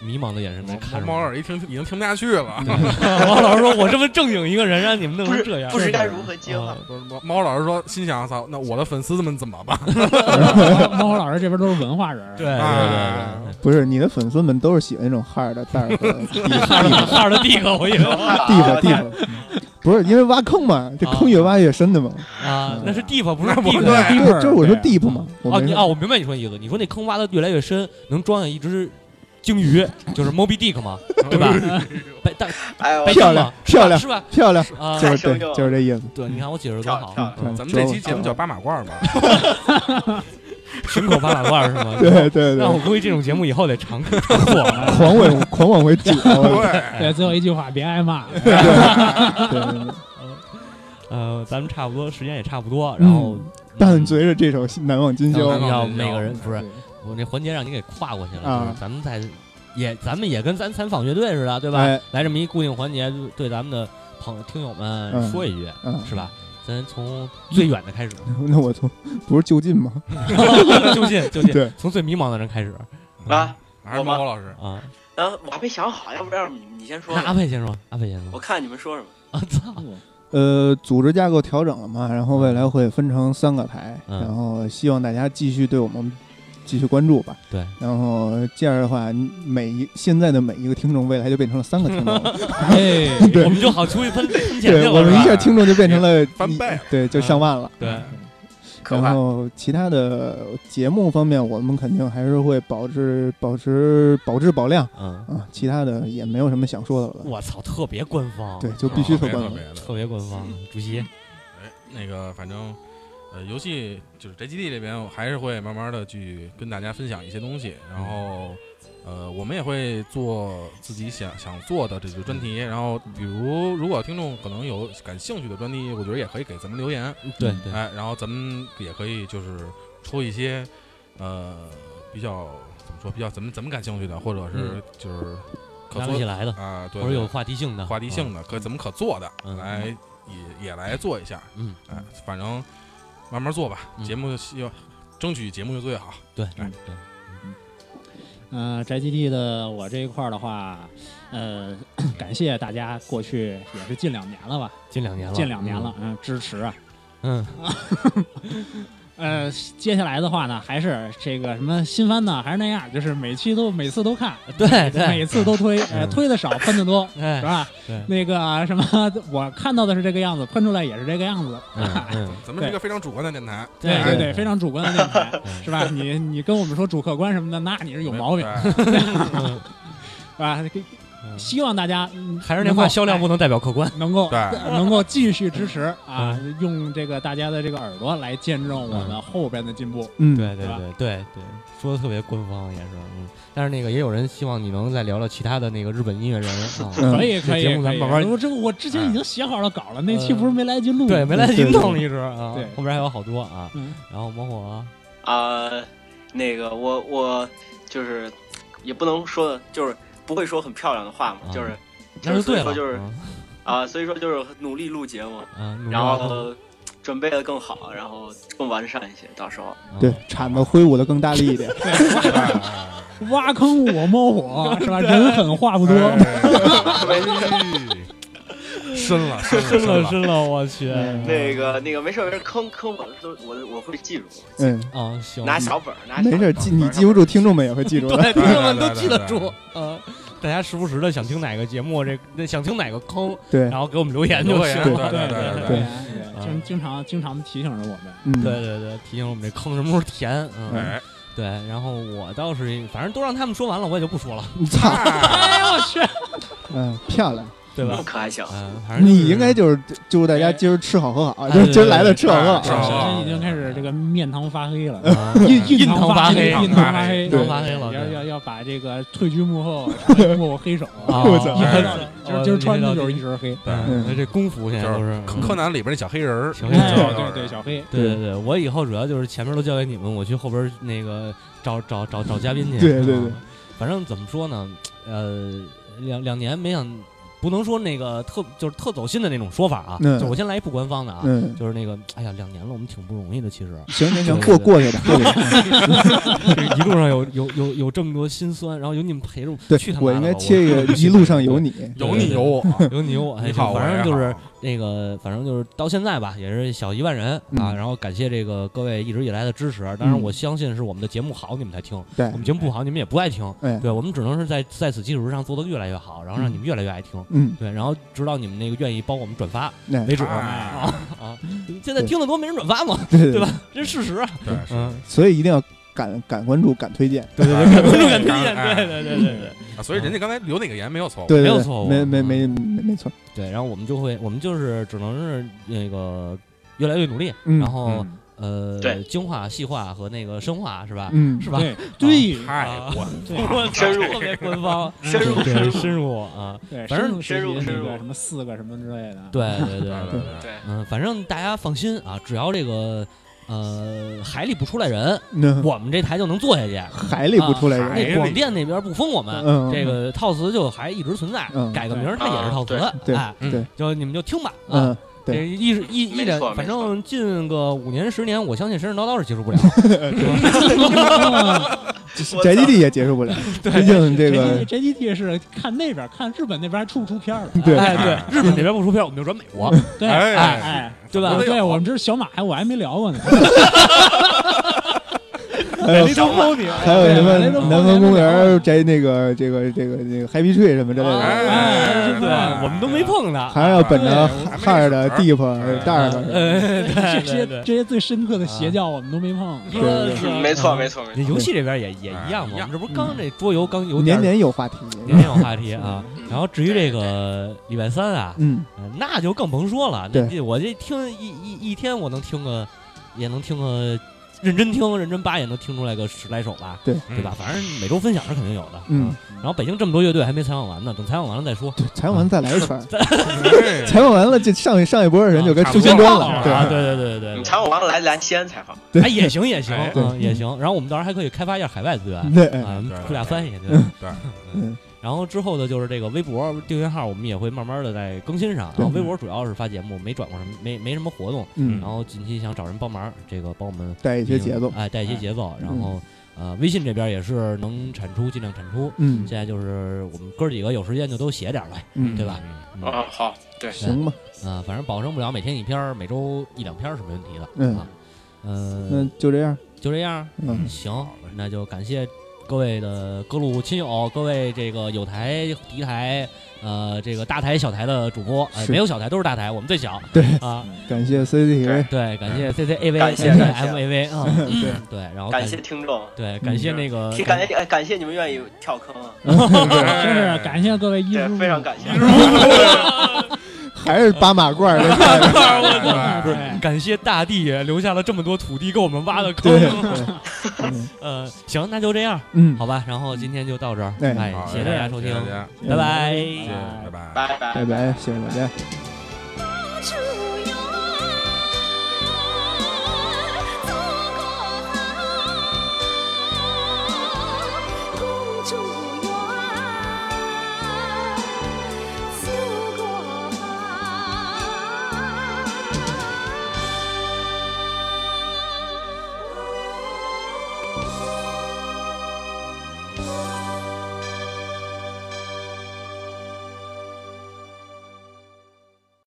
迷茫的眼神在
猫
看着
猫
我。
耳一听已经听不下去了。
嗯
毛老师说：“我这么正经一个人，让你们弄
不
成
是
这样，
不知该如何接话
啊。
不是猫猫老师说，心想操，那我的粉丝们怎么办？
猫和老师这边都是文化人儿，
对对对
啊
对
不是你的粉丝们都是喜欢那种哈尔的 Dark Dick
对，二的地哥，我以为
Dick Dick，不嗯是因为挖坑嘛，这坑越挖越深的嘛。
嗯
啊，那是地方，不是
那不
地
是
方。
对
对，就是我说
对
Deep 嘛，我
哦，
没
你
说
哦，我明白你说的意思。你说那坑挖的越来越深，能装下一只鲸鱼，就是 Moby Dick 嘛，对吧？白大
哎呦
白，
漂
鲸
亮
嘛，
漂亮
是吧？
漂亮，
是吧啊
就，
太
是对
生，硬了
就是这意思。
对，你看我解释多
跳
好，
跳
嗯
咱们这期节目叫八马褂吧？
群口八马褂是吗？
对对
那我
对，
估计这种节目以后得常常火。
狂往狂往回挤，我
对，
哎对，最后一句话别挨骂，
对对对。
呃，咱们差不多时间也差不
嗯
多，然后嗯
伴随着这首《难忘今宵
要》，
难
要
忘今宵
每个人不是
对
我那环节让你给跨过去了，
啊
就是咱们在也咱们也跟咱采访乐队似的，对吧？
哎
来这么一固定环节，就对咱们的朋听友们
嗯
说一句，
嗯，
是吧？咱从最远的开始，
那我从不是就近吗？
就近就近，
对
从最迷茫的人开始
啊，
还是猫猫老师？
啊！
然后我还没想好，要不然你你先说
那阿
吧，
佩先说，阿佩先
我
说。
看你们说什么。
啊
哎
操！
呃，组织架构调整了嘛，然后未来会分成三个台，
嗯
然后希望大家继续对我们继续关注吧。
对，
然后这样的话，每一现在的每一个听众，未来就变成了三个听众了，
哎，
对
我们就好出去喷喷钱去
对我
了，
们一
是吧？
下听众就变成了
翻倍了
对，就上万了。
对，
可
然
怕，
后其他的节目方面，我们肯定还是会保持保持保质保量
嗯，
啊，其他的也没有什么想说的了。
我操，特别官方，
对，，就必须
特
特
哦别
关
特
了
别。的。
特别官方。
嗯
主席，
哎，那个反正，呃，游戏就是宅基地这边，我还是会慢慢的去跟大家分享一些东西，然后，呃，我们也会做自己想想做的这个专题，
嗯
然后比如如果听众可能有感兴趣的专题，我觉得也可以给咱们留言，
对对，
哎，然后咱们也可以就是出一些，呃，比较怎么说，比较咱们咱们感兴趣的，或者是
嗯
就是可
拿不
做
起
的
来的，
啊，对，
或者
对
有话题性的，啊
话题性的，可怎么可做的，
嗯
来也也来做一下。
嗯，
哎，反正慢慢做吧，
嗯
节目希望争取节目就最好。
对
哎
对，
嗯、宅基地的我这一块儿的话，呃， 感谢大家过去也是近两年了吧，
近两年了，
近两年了，嗯、支持啊。
嗯，
呃，接下来的话呢，还是这个什么新番呢，还是那样，就是每期都每次都看，
嗯， 对对，
每次都推，呃，
嗯
推的少，喷的多，是
哎，
吧？
对，
那个什么，我看到的是这个样子，喷出来也是这个样子。哎
嗯嗯，
咱们是一个非常主观的电台，
对
对
对
非常主观的电台，
嗯
是吧？你你跟我们说主客观什么的，那你是有毛病，
哎
是吧？
嗯
希望大家嗯
还是那话，销量
能
不
够
能代表客观。
哎能够
对
能够继续支持啊，
嗯
用这个大家的这个耳朵来见证我们后边的进步。
嗯，
对对
是吧
对对对，说的特别官方也是，嗯，但是那个也有人希望你能再聊聊其他的那个日本音乐人啊，
嗯
可以
这
可以，
节目咱
可以
慢慢啊嗯
我这个我之前已经写好了稿了，那期不是没来得及录吗，
对，没来得及
对
弄了一直啊，
对
后边还有好多啊，
嗯
然后猫火，
啊、那个我我就是也不能说就是不会说很漂亮的话嘛，
啊
就是
那就对了，
就是
啊
啊、所以说就是努力录节目，
啊，努力
然
挖坑
后准备的更好，然后更完善一些，到时候
啊
对，
嗯
铲子挥舞的更大力一点。
对哎
挖坑我猫 火是吧？人狠话不多，
哎深了，深了，
深
深
了。深了，我去，
嗯
那个那个没事没事，坑坑我都我我会记住，
嗯，
啊行，
拿 小本儿拿小
没
本
事
儿
儿，记你记不住，听众们也会记住的。
对，听众们
对
都
对
记得
对
住，啊，大家时不时的想听哪个节目，这那想听哪个坑，
对
然，后给我们留言就
留
行
言
了，
对
对啊
对
对
对经经常经常提醒着我们。
嗯，
对对对，提醒我们这坑什么时候填，嗯，
哎，
对，然后我倒是反正都让他们说完了，我也就不说了，
你操，
哎呦我去！
嗯，漂亮。
对吧
嗯？可还行，
嗯，反正就
你
是
应该就是祝大家今儿吃好喝好，
哎
就是今儿
对
来了
对
吃好喝
对
好。
啊
这已经开始这个面堂发黑 了，
啊
印
印堂
堂
发
黑，
黑啊
印堂发黑，
印堂
发黑了
要
对
要要把这个退居幕后，幕后黑手
啊，
我操
一
哎
黑
呀
就是就是穿的就是一身黑。
对
嗯，那这功夫现在都是嗯
柯柯南里边那小黑人儿，
小黑人
哎，
儿
对对，小黑，
对对对，我以后主要就是前面都交给你们，我去后边那个找找找找嘉宾去。
对对对
啊，反正怎么说呢，呃，两两年没想，不能说那个特就是特走心的那种说法啊，
嗯
就我先来一不官方的啊，
嗯，
就是那个，哎呀，两年了，我们挺不容易的，其 实
行行行，过
对对
过去吧，过去吧。
这一路上有有有有这么多心酸，然后有你们陪着我，
对
去，他
我
妈
应
的
该
吧
切一个，一路上有，你。
有你有我，
我有你有我，哎
你好，
反正
我也
就
好
是那个，反正就是到现在吧，也是小一万人啊。
嗯
然后感谢这个各位一直以来的支持。当然，
嗯
我相信是我们的节目好，你们才听；
对
我，们节目不好，你们也不爱听。
哎
对，我们只能是在在此基础之上做得越来越好，然后让
嗯
你们越来越爱听。
嗯，
对，然后直到你们那个愿意帮我们转发
那
为止
哎
啊啊！你们现在听得多，没人转发嘛，
对
对吧？？这是事实啊。
对，是
嗯，
所以一定要敢敢关注，敢推荐。
对对
不敢推荐，
哎
对对对对对
对，所以人家刚才留那个言没有错误，
对，对
没有
对
错误
没没没没没错。
对。然后我们就会，我们就是只能是那个越来越努力，
嗯
然后。
嗯
呃，
对
精化、细化和那个深化是吧？
嗯，
是吧？
对对
太
啊
我
我 操
深入
特别官方，
深入深
对
入
深入啊，
对，
反正
深入学
深入
习
深
那
入
个什么四个什么之类的。，
对
对
对对对，
对对，
对，
嗯，反正大家放心啊，只要这个呃海里不出来人，
那
我们这台就能做下去。
嗯海里不出来
啊
人，
海里
那广电那边不封我们，
嗯，
啊这个套词就还一直存在
嗯，
改个名儿它也是套词
啊，
对
哎，
嗯
对，
就你们就听吧啊
嗯。对
这一一一
没
两，
错
反
没错
正近个五年十年，我相信神神叨叨是接受不了。
嗯
我
宅基
操
地也接受不 了，毕竟这个
JGT 是看那边，看日本那边还出不出片儿了？
对
哎，对，日本那边不出片，我们就转美国，
对，
哎
哎哎，
对吧
我得有
对我们这是小马，还我还没聊过呢。
还有
张猫你。
还有什么
哎对对
南方公园宅那个这个这个这个 Happy Tree 什么之类的，啊
哎
对，我们都没 碰它。
还要本
哎
着
对我还没
哈尔的
使
Deep
哎
Dark
呃，
这
对
些
对对，
这些最深刻的邪教，我们都没碰。
对对嗯
是
嗯没错没错没
那
错，
游戏这边也也一样嘛，
一
我
样
们这不是刚这桌游刚有点
年
儿
年有话题，
年年有话题啊。然后至于这个礼拜三啊，
嗯，
呃那就更甭说了。那
对
这我这听一一一天，我能听个，也能听个，认真听认真扒也能听出来个十来首吧，
对
对
嗯
吧？反正每周分享是肯定有的。
嗯
啊，然后北京这么多乐队还没采访完呢，等采访完了再说。
对，采访完再来一圈 儿，
哎
采访完了这上一上一波的人就该
啊
出新歌
差
了，
不多
对
啊，对对对对
你
对
采访完了来来西安采访，
对
哎，也行也行
哎
嗯也行。然后我们到时候还可以开发一下海外资源
对，哎
啊
对，
出俩翻译对吧
嗯
对
嗯然后之后的就是这个微博订阅号，我们也会慢慢的在更新上。
对
然后微博主要是发节目，没转过什么，没没什么活动。
嗯
然，后近期想找人帮忙，这个帮我们
带一些节奏，嗯
哎，带一些节奏。然后呃，微信这边也是能产出尽量产出。
嗯
现在就是我们哥几个有时间就都写点儿呗，
嗯，
对吧？嗯
啊好，对，
行吧，
啊，反正保证不了每天一篇儿，每周一两篇儿是没问题的。
嗯
啊，呃
那，就这样，
就这样，
嗯，
行，那就感谢各位的各路亲友，各位这个有台、敌台，呃，这个大台、小台的主播，呃，
是
没有小台，都是大台，我们最小。
对嗯
啊，
感谢 CCTV，
对，感谢 C C A V，
感谢感谢
M A V 啊，
对，
对，然后
感谢听众，
对，感谢那个
挺感谢哎感谢你们愿意跳坑啊，
真 是感谢各位衣
对
食父，
非常感谢，
还是八马褂儿 的菜
哎
不是
对
感谢大地留下了这么多土地给我们挖的坑
对。 对，嗯
呃，行，那就这样，
嗯，
好吧，然后今天就到这儿，
哎
哎，
好
谢谢大家收听
谢谢，大家
拜拜
谢谢，拜拜。
拜拜
拜拜，谢谢大家。
拜拜。